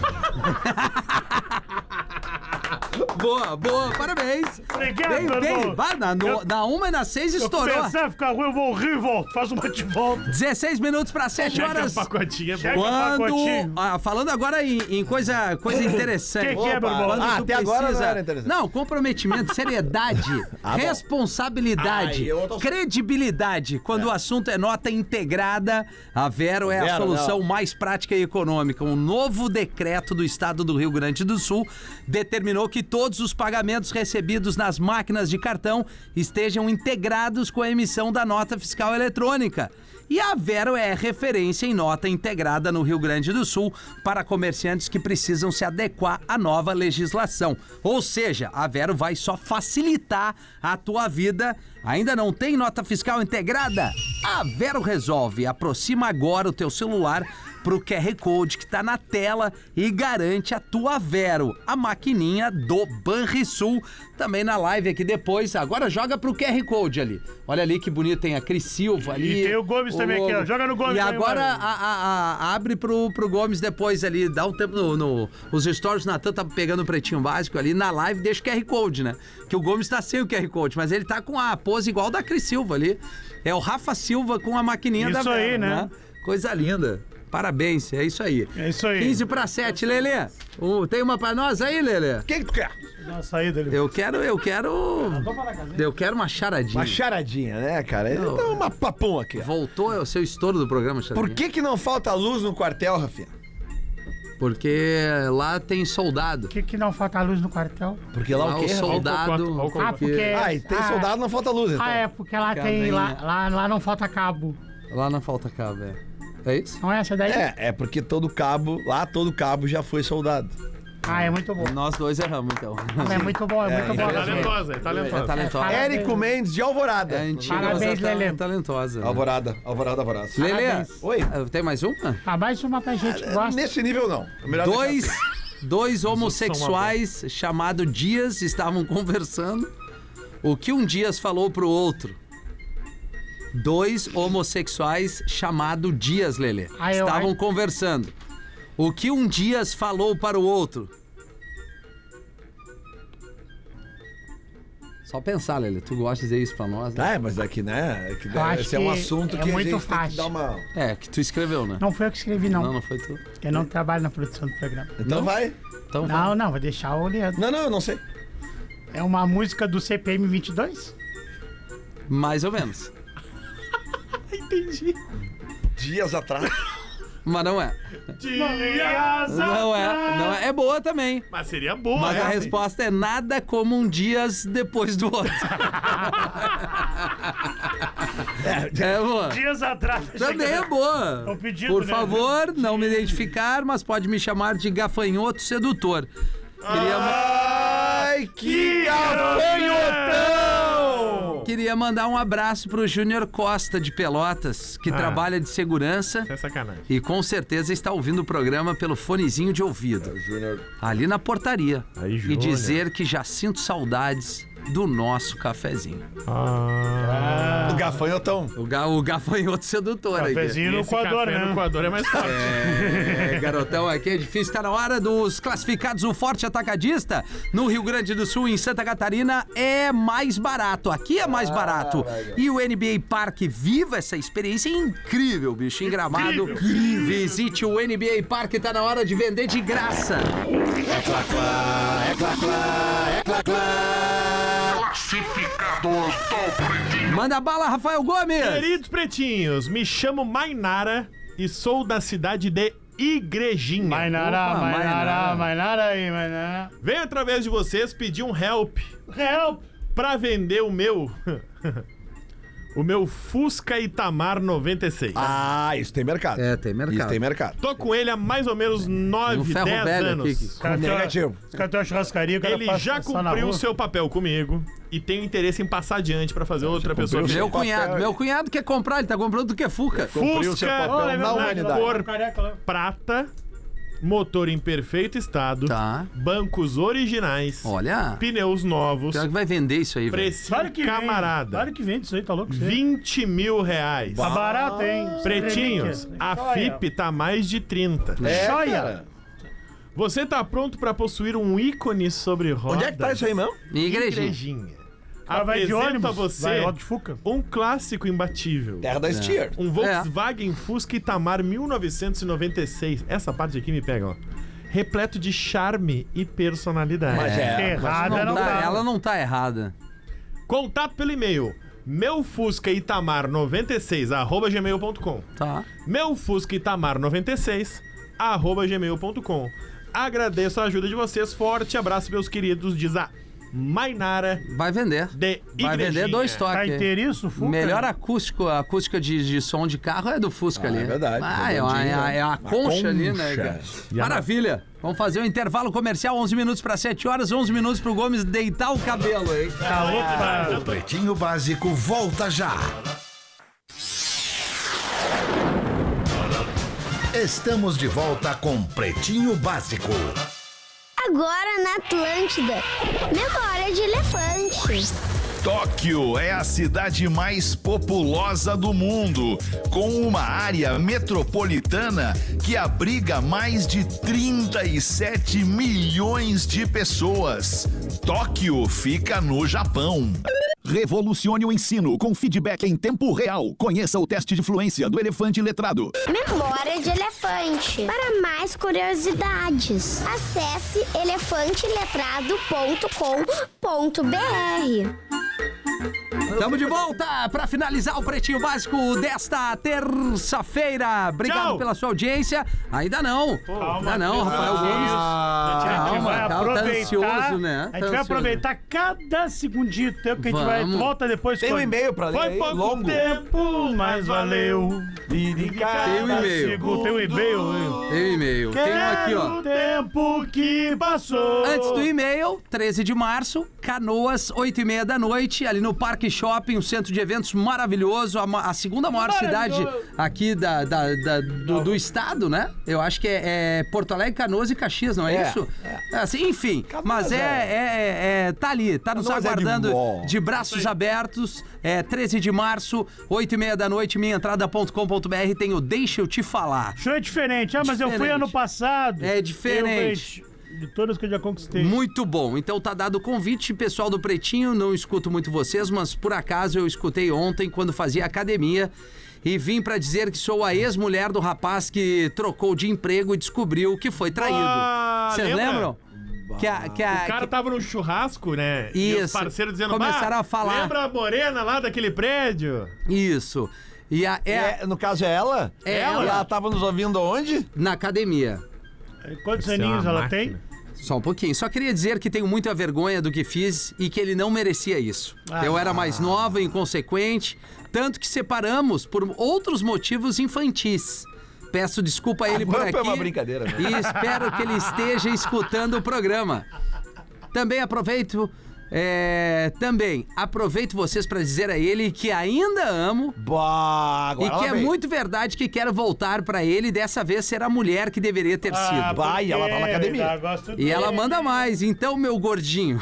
S4: Boa, boa, parabéns.
S3: Obrigado,
S4: Bem,
S3: meu
S4: bem.
S3: irmão.
S4: Bah, na, no-
S3: Tá Eu-
S4: na uma e na seis
S3: Se eu
S4: estourou.
S3: começar a ficar ruim, eu vou rir e volto. Faz um bate-volta.
S4: 16 minutos para 7 horas.
S5: Pacotinha.
S3: Checa
S4: Quando.
S3: Pacotinho.
S4: Ah, falando agora em, em coisa, coisa interessante.
S3: Que que é, meu irmão?
S4: Quando
S7: Ah,
S4: tu
S7: até agora não era interessante.
S4: Não, comprometimento, seriedade, responsabilidade,
S7: Ah, eu tô-
S4: credibilidade. Quando o assunto é nota integrada, a Vero é a
S7: Vero,
S4: solução mais prática e econômica. Um novo decreto do Estado do Rio Grande do Sul determinou que todos os pagamentos recebidos nas máquinas de cartão estejam integrados com a emissão da nota fiscal eletrônica. E a Vero é referência em nota integrada no Rio Grande do Sul para comerciantes que precisam se adequar à nova legislação. Ou seja, a Vero vai só facilitar a tua vida. Ainda não tem nota fiscal integrada? A Vero resolve. Aproxima agora o teu celular pro QR Code que tá na tela e garante a tua Vero, a maquininha do Banrisul, também na live aqui depois. Agora joga pro QR Code ali. Olha ali que bonito, tem a Cris Silva
S3: E
S4: ali.
S3: tem o Gomes também aqui, ó. Joga no Gomes
S4: E
S3: aí,
S4: agora
S3: mano.
S4: a- a- a- abre pro, pro Gomes depois ali, dá um tempo no. no- os stories, o Natan tá pegando o pretinho básico ali na live, deixa o QR Code, né? Que o Gomes tá sem o QR Code, mas ele tá com a pose igual da Cris Silva ali. É o Rafa Silva com a maquininha da
S3: Isso
S4: Vera,
S3: aí, né?
S4: Coisa linda. Parabéns, é isso aí.
S3: É isso aí.
S4: 15 para 7, Lelê. Um, tem uma pra nós aí, Lelê?
S7: O que que tu quer?
S3: Dá uma saída ali.
S4: Eu quero, eu quero. Eu quero uma charadinha.
S7: Uma charadinha, né, cara? Então, uma papum aqui. ó.
S4: Voltou é o seu estouro do programa, charadinha.
S7: Por que que não falta luz no quartel, Rafinha?
S4: Porque lá tem soldado.
S8: Por que, que não falta luz no quartel?
S7: Porque lá
S4: Lá Ah,
S7: o
S4: o
S7: quê? Rafinha?
S4: soldado.
S5: Olha o
S8: Ah, porque.
S7: Ah, e tem
S8: ah,
S7: soldado, não falta luz, então.
S8: Ah, é, porque lá tem.
S4: Cadeia.
S8: Lá, lá, lá não falta cabo.
S4: Lá na falta cabo, é. É isso?
S8: Não é essa daí?
S7: É, é porque todo cabo, lá todo cabo já foi soldado.
S8: Ah, é muito bom.
S4: Nós dois erramos, então.
S8: É muito bom, é muito bom.
S5: É talentosa, é talentosa.
S4: É talentosa.
S8: Parabéns.
S7: Érico Mendes de Alvorada.
S4: É antiga,
S8: Parabéns,
S4: mas é
S8: Lelê.
S4: ta- talentosa. né?
S7: Alvorada, Alvorada, Alvorada.
S4: Lelê,
S8: Parabéns.
S7: Oi.
S4: ah, tem mais uma?
S8: Ah, mais uma pra gente que gosta.
S7: Nesse nível, não. Melhor assim.
S4: Dois Dois
S8: um
S5: uma
S4: homossexuais chamado Dias estavam conversando. O que um Dias falou pro outro? Dois homossexuais chamado Dias, Lelê,
S8: Ai, Ah, eu-
S4: estavam
S8: ai.
S4: conversando. O que um Dias falou para o outro? Só pensar, Lelê. Tu gosta de dizer isso pra nós, né?
S7: Tá, mas aqui, né? é que
S8: Eu acho
S7: esse é um
S8: que
S7: assunto
S8: é
S7: que
S8: muito
S7: a gente tem que
S8: fácil.
S7: dar uma.
S4: É, que tu escreveu, né?
S8: Não foi eu que escrevi, não.
S4: não, não foi tu.
S8: Eu não trabalho na produção do programa.
S7: Então vai.
S4: Então,
S8: Não, não, vou deixar o Leandro.
S7: Não, não, eu não sei.
S8: É uma música do CPM 22?
S4: mais ou menos.
S7: Dias atrás.
S4: Mas não é.
S5: Dias!
S4: Não é. Não é. É boa também.
S5: Mas seria boa, assim.
S4: Mas a
S5: essa, hein?
S4: resposta é nada como um dias depois do outro. é boa.
S3: Dias atrás.
S4: Também é boa.
S3: um pedido,
S4: Por
S3: né?
S4: favor, não me identificar, mas pode me chamar de gafanhoto sedutor. Queria, ma-
S7: Ai, que afanhotão!
S4: queria mandar um abraço pro Júnior Costa de Pelotas, que trabalha de segurança
S5: Isso é sacanagem.
S4: e com certeza está ouvindo o programa pelo fonezinho de ouvido. ali na portaria
S5: Aí,
S4: e
S5: Júnior.
S4: dizer que já sinto saudades do nosso cafezinho.
S7: O gafanhotão.
S4: O, ga, o gafanhoto sedutor aí.
S3: Cafezinho no
S5: Esse café
S3: coador,
S5: no
S3: né?
S5: coador é mais forte.
S4: É, garotão, aqui é difícil. Está na hora dos classificados. O Forte Atacadista no Rio Grande do Sul, em Santa Catarina, é mais barato. Aqui é mais barato. E o NBA Parque viva essa experiência incrível, bicho. Em gramado, visite o NBA Parque. Está tá na hora de vender de graça. Manda bala, Rafael Gomes.
S5: Queridos pretinhos, me chamo Mainara e sou da cidade de Igrejinha.
S3: Mainará,
S4: Opa, Mainará.
S3: Mainará, Mainará aí, Mainará.
S5: Venho através de vocês pedir um help
S3: Help!
S5: pra vender o meu. o meu Fusca Itamar 96.
S7: Ah, isso tem mercado.
S4: É, tem mercado.
S7: Isso tem mercado.
S5: Tô com ele há mais ou menos
S7: um
S5: 9,
S4: ferro
S5: 10
S4: velho
S5: anos.
S4: aqui,
S3: Cara, tem uma-
S7: Negativo.
S3: Os caras têm uma churrascaria, o cara
S5: Ele
S3: passa-
S5: já
S3: passa na
S5: cumpriu o
S3: rua.
S5: seu papel comigo e tem interesse em passar adiante pra fazer outra pessoa.
S7: cumpriu
S4: Meu
S7: Meu
S4: cunhado,
S7: papel,
S4: meu cunhado quer comprar, ele tá comprando do que Fuca.
S7: Cumpriu seu
S5: Fusca
S7: papel
S5: Olha, é
S7: na
S5: verdade,
S7: humanidade.
S5: cor
S3: Careca lá.
S5: prata, motor em perfeito estado,
S4: Tá.
S5: bancos originais,
S4: Olha,
S5: pneus novos,
S4: pior que vai vender isso aí, velho.
S5: precinho
S3: Claro que vende,
S5: camarada.
S3: Claro que vende isso aí, tá louco? isso aí.
S5: 20 mil reais.
S3: Tá barato, hein?
S5: Pretinhos, a FIP tá mais de 30.
S7: É,
S3: Joia.
S7: cara.
S5: Você tá pronto pra possuir um ícone sobre rodas?
S7: Onde é que tá isso aí mesmo?
S4: Minha igrejinha.
S5: Igrejinha.
S3: Ela Ah, vai de
S5: Apresento
S3: ônibus.
S5: a você
S3: Vai, roda de fuca.
S5: um clássico imbatível.
S7: Terra
S4: É.
S7: da Steer.
S5: Um Volkswagen
S7: É.
S5: Fusca Itamar 1996. Essa parte aqui me pega, ó. Repleto de charme e personalidade.
S7: Mas é.
S3: Errada não,
S4: Não tá-
S3: dá.
S4: ela não tá errada.
S5: Contato pelo e-mail meu Fusca Itamar 96 arroba gmail.com
S4: Tá.
S5: meu Fusca Itamar 96 arroba gmail.com Agradeço a ajuda de vocês. Forte abraço, meus queridos, diz a Mainara
S4: Vai vender.
S5: de
S4: Vai vender
S5: Igrejinha.
S4: dois
S3: Tá
S4: toques.
S3: inteiriço, Fuca?
S4: Melhor acústico, a acústica de, de som de carro é do Fusca
S7: Ah,
S4: ali.
S7: é verdade,
S4: Ah, é uma, é uma- é uma
S7: redondinho, né?
S4: concha,
S7: Uma
S4: ali, né?
S7: concha.
S4: cara? Maravilha. Vamos fazer um intervalo comercial, 11 minutos para 7 horas, 11 minutos pro Gomes deitar o cabelo, hein?
S3: Tá louco pra...
S7: É
S6: Pretinho Básico volta já. Estamos de volta com Pretinho Básico.
S9: Agora na Atlântida. Memória de elefante.
S6: Tóquio é a cidade mais populosa do mundo, com uma área metropolitana que abriga mais de 37 milhões de pessoas. Tóquio fica no Japão. Revolucione o ensino com feedback em tempo real. Conheça o teste de fluência do elefante letrado.
S9: Memória de elefante. Para mais curiosidades, acesse elefanteletrado.com.br.
S4: Tamo de volta para finalizar o Pretinho Básico desta terça-feira. Obrigado
S5: Tchau.
S4: pela sua audiência. Ainda não. Ainda não, Rafael Gomes.
S7: Ah,
S3: a gente
S4: calma,
S3: vai
S4: tá- tá
S3: aproveitar.
S4: ansioso,
S3: A
S4: né?
S3: gente
S4: Tá
S3: vai
S4: ansioso.
S3: aproveitar cada segundinho do tempo que a gente vai.
S4: Vamos.
S3: Volta depois
S7: Tem um
S3: com-
S7: e-mail pra ler
S3: Foi
S7: aí,
S3: pouco
S7: longo.
S3: tempo, mas valeu.
S4: Tem um e-mail.
S3: Segundo, Tem um e-mail.
S4: Tem um e-mail. Tem um aqui, ó.
S3: Quero tempo que passou.
S4: Antes do e-mail, 13 de março, Canoas, 8 e meia da noite, ali no Parque Shopping. shopping, um centro de eventos maravilhoso, a, ma- a segunda maior cidade aqui da, da- da- do, do estado, né? Eu acho que é, é Porto Alegre, Canoas e Caxias, não é, isso? Assim, enfim, mas é, é- é- tá ali, tá nos
S7: Canoas é de
S4: aguardando
S7: boa.
S4: de, braços abertos. É 13 de março, 8 e meia da noite, minhaentrada.com.br tem o Deixa Eu Te Falar.
S3: Show é diferente. Ah, mas eu fui
S4: Diferente.
S3: ano passado.
S4: É diferente.
S3: Eu fui de todas que eu já conquistei.
S4: Muito bom. Então tá dado o convite, pessoal do Pretinho. Não escuto muito vocês, mas por acaso eu escutei ontem quando fazia academia e vim pra dizer que sou a ex-mulher do rapaz que trocou de emprego e descobriu que foi traído.
S5: Ah,
S4: Vocês
S5: lembra?
S4: lembram? Que a, que a,
S5: O cara tava num churrasco, né? E os
S4: Isso.
S5: parceiros dizendo,
S4: Começaram
S5: "Bah,
S4: a falar."
S5: Lembra a morena lá daquele prédio?
S4: que- Isso. E a, é,
S7: É, no caso é ela?
S4: É
S7: E
S4: ela.
S7: ela tava nos ouvindo onde?
S4: na academia.
S3: Quantos
S5: Isso é uma
S3: aninhos ela tem?
S5: máquina.
S4: Só um pouquinho. Só queria dizer que tenho muita vergonha do que fiz e que ele não merecia isso. Eu era mais nova e inconsequente, tanto que separamos por outros motivos infantis. Peço desculpa a ele por
S7: Agora
S4: aqui.
S7: foi uma brincadeira, né?
S4: E espero que ele esteja escutando o programa. Também aproveito. é, também aproveito vocês para dizer a ele que ainda amo e
S7: Bah, agora
S4: que
S7: ela
S4: é
S7: veio.
S4: muito verdade que quero voltar para ele e dessa vez ser a mulher que deveria ter
S7: Ah,
S4: sido.
S7: Bah, e ela tá na academia.
S3: É, Eu gosto
S4: E ela
S3: dele.
S4: manda mais, então, meu gordinho,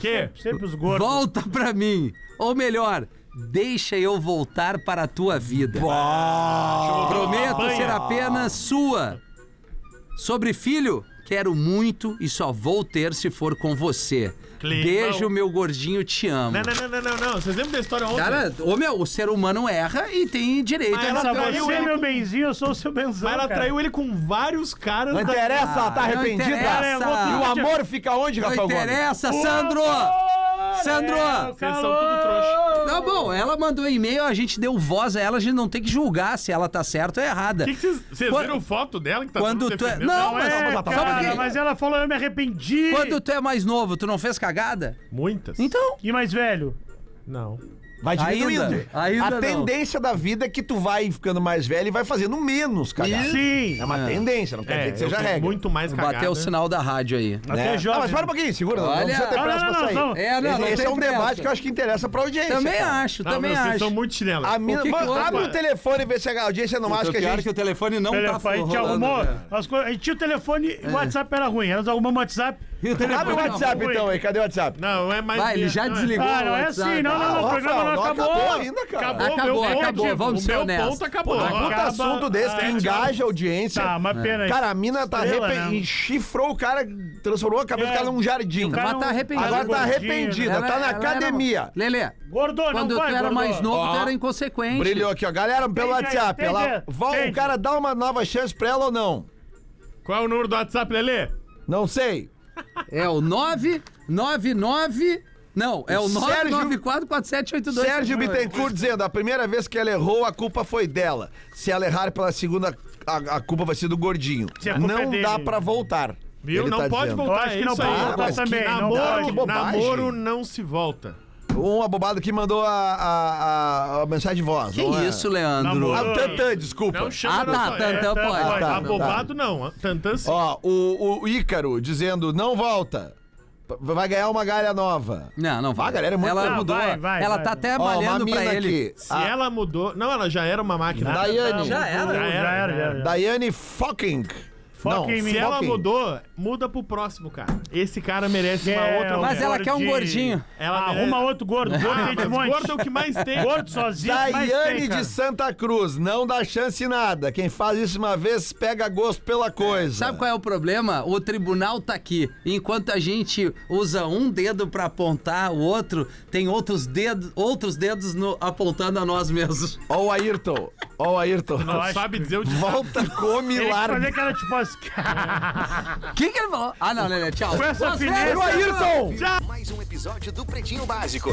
S5: Que?
S3: Sempre os gordos.
S4: volta pra mim. Ou melhor, deixa eu voltar para a tua vida. Prometo ser apenas sua. Sobre filho, quero muito e só vou ter se for com você.
S5: Climão.
S4: Beijo, meu gordinho, te amo.
S5: Não, não, não, não, não, não. Vocês lembram da história ontem?
S4: Cara, ô meu, o ser humano erra e tem direito a
S5: Mas
S4: um-
S5: ela
S4: essa
S5: traiu
S4: pessoa.
S3: Você é
S5: ele
S3: meu benzinho, eu sou o seu benzão.
S5: Mas ela
S3: cara.
S5: traiu ele com vários caras
S7: Não
S5: da-
S7: interessa,
S4: Ah,
S7: ela tá
S4: não
S7: arrependida.
S4: interessa.
S7: E o amor fica onde,
S4: Não
S7: Rafael Gomes?
S4: interessa, Sandro! Sandro!
S5: Vocês são tudo trouxa.
S4: Tá bom, ela mandou e-mail, a gente deu voz a ela, a gente não tem que julgar se ela tá certa ou errada.
S5: O que que vocês. Vocês
S4: Quando-
S5: viram foto dela que tá
S4: Quando
S5: todo
S4: tu é-
S5: defendendo?
S4: Não,
S3: Não é,
S4: Mas-
S3: cara,
S4: só um pouquinho.
S3: mas ela falou, eu me arrependi.
S4: Quando tu é mais novo, tu não fez cagada?
S5: Muitas.
S4: Então,
S3: E mais velho?
S5: Não.
S7: Vai diminuindo.
S4: Ainda, ainda
S7: a
S4: não.
S7: tendência da vida é que tu vai ficando mais velho e vai fazendo menos, cara.
S3: Sim.
S7: É
S4: Ah.
S7: uma tendência, não quer dizer que seja
S5: eu tô
S7: regra.
S5: Muito mais né? cagada.
S4: bateu o sinal da rádio aí.
S7: né?
S3: Até
S7: Ah,
S3: jovem.
S7: mas para um pouquinho, segura, não,
S4: Olha-
S7: não precisa ter
S4: Não,
S7: pressa
S3: não,
S7: pra
S3: não,
S7: sair.
S3: não.
S4: É, não, não
S7: Esse
S4: tem
S7: é um
S4: pressa.
S7: debate que eu acho que interessa pra audiência.
S4: Também
S7: cara.
S4: acho,
S5: Não,
S4: também
S5: meu, vocês
S4: acho.
S5: são muito chinela.
S7: A mina,
S4: que que
S7: Vamos,
S4: houve,
S7: abre
S4: cara?
S7: o telefone e vê se a audiência não acha que a gente...
S4: o telefone não
S5: tá
S3: Telefone, a gente arrumou.
S4: né?
S3: As coisas- a gente tinha o telefone
S4: É.
S3: e o WhatsApp era ruim. Elas arrumamos o WhatsApp.
S7: Abre o WhatsApp então aí, cadê o WhatsApp?
S5: Não, é mais.
S4: Vai, ele já
S5: não, é-
S4: desligou.
S3: Ah, não é
S4: o WhatsApp.
S3: assim. Não, não, não. O
S7: Rafael,
S3: programa não acabou.
S7: ainda, cara.
S5: Acabou,
S4: Acabou,
S5: meu
S4: acabou,
S5: ponto.
S4: vamos
S5: o
S4: ser
S5: meu
S4: honestos.
S5: ponto acabou.
S7: Pô, mas puta
S3: acaba-
S7: assunto desse que
S3: Ah,
S7: engaja a audiência.
S3: Tá,
S4: É.
S3: mas pena aí.
S7: Cara, a mina tá
S3: Estrela,
S7: arrepen-
S3: né?
S7: Chifrou o cara, transformou a cabeça do
S3: É.
S7: cara num jardim.
S3: cara
S4: Mas tá
S3: não-
S4: arrependido.
S7: Agora tá
S3: gordinho, né?
S7: arrependida,
S4: é,
S7: tá na academia.
S4: Lelê,
S3: Gordô, não
S4: quando
S3: vai,
S4: tu era
S3: gordô.
S4: mais novo, tu
S7: Ó.
S4: era inconsequente.
S7: Brilhou aqui, ó. Galera, pelo
S3: Entende,
S7: WhatsApp.
S3: entende,
S7: ela, vol-
S3: entende.
S7: o cara dá uma nova chance pra ela ou não?
S5: Qual é o número do WhatsApp, Lelê?
S7: Não sei.
S4: É o 999... Não, é o
S7: Sérgio-
S4: 9944782.
S7: Sérgio Bittencourt dizendo: a primeira vez que ela errou, a culpa foi dela. Se ela errar pela segunda, a, a culpa vai ser do gordinho.
S3: Se a culpa é
S7: Não
S3: dele.
S7: dá pra voltar.
S5: Viu?
S7: ele
S5: não
S7: tá
S5: pode
S7: dizendo.
S5: voltar.
S3: Eu acho que
S5: é
S3: não
S5: isso
S3: pode
S5: aí.
S7: voltar também, não
S5: Namoro,
S7: pode. Que bobagem.
S5: namoro não se volta.
S7: Uma bobada Um que mandou a, a, a- a mensagem de voz. é?
S4: Que
S7: uma-
S4: isso, Leandro?
S7: A Tantan, Ah, desculpa.
S5: Não chama
S4: Ah, tá,
S5: não,
S4: Tantan
S5: é,
S4: pode.
S7: Tá,
S5: Abobado não. Tantan sim.
S7: Ó, o, o Ícaro dizendo, não volta. P- Vai ganhar uma galha nova.
S4: Não, não vai.
S7: Ah, galera, é muito-
S4: Ela
S3: Ah,
S4: mudou.
S3: vai, vai,
S4: ela
S3: vai,
S4: tá
S3: vai.
S4: até
S7: Ó, uma
S4: malhando
S7: mina
S4: pra ele.
S7: aqui.
S5: Se
S7: A
S5: ela mudou. Não, ela já era uma máquina.
S7: Daiane.
S4: Já era. né?
S5: Já era,
S3: Já era, já era.
S7: Daiane Fucking. Não,
S3: Fucking me.
S5: Se ela
S7: Fucking.
S5: mudou, muda pro próximo, cara. Esse cara merece uma
S3: É,
S5: outra
S3: o
S4: Mas
S5: mulher.
S4: ela quer um
S3: gordinho.
S4: gordinho.
S5: Ela
S3: Arruma
S5: merece-
S3: outro gordo. Gordo
S5: Ah,
S3: tem de
S5: mas
S3: monte.
S5: gordo é o que mais tem.
S3: Gordo sozinho. mas
S7: Daiane
S3: tem, cara.
S7: de Santa Cruz, não dá chance em nada. Quem faz isso uma vez pega gosto pela coisa.
S4: Sabe qual é o problema? O tribunal tá aqui. Enquanto a gente usa um dedo pra apontar o outro, tem outros dedos, outros dedos no- apontando a nós mesmos.
S7: Ó o Ayrton. Ó o Ayrton.
S5: Não sabe dizer o
S7: Volta, come,
S3: Ele que fazer
S7: larga.
S3: aquela tipo assim.
S4: O que, que ele falou? Ah, não, Lelê, tchau.
S3: Com essa
S4: Você-
S3: finesse-
S7: Ayrton!
S10: Mais um episódio do Pretinho Básico.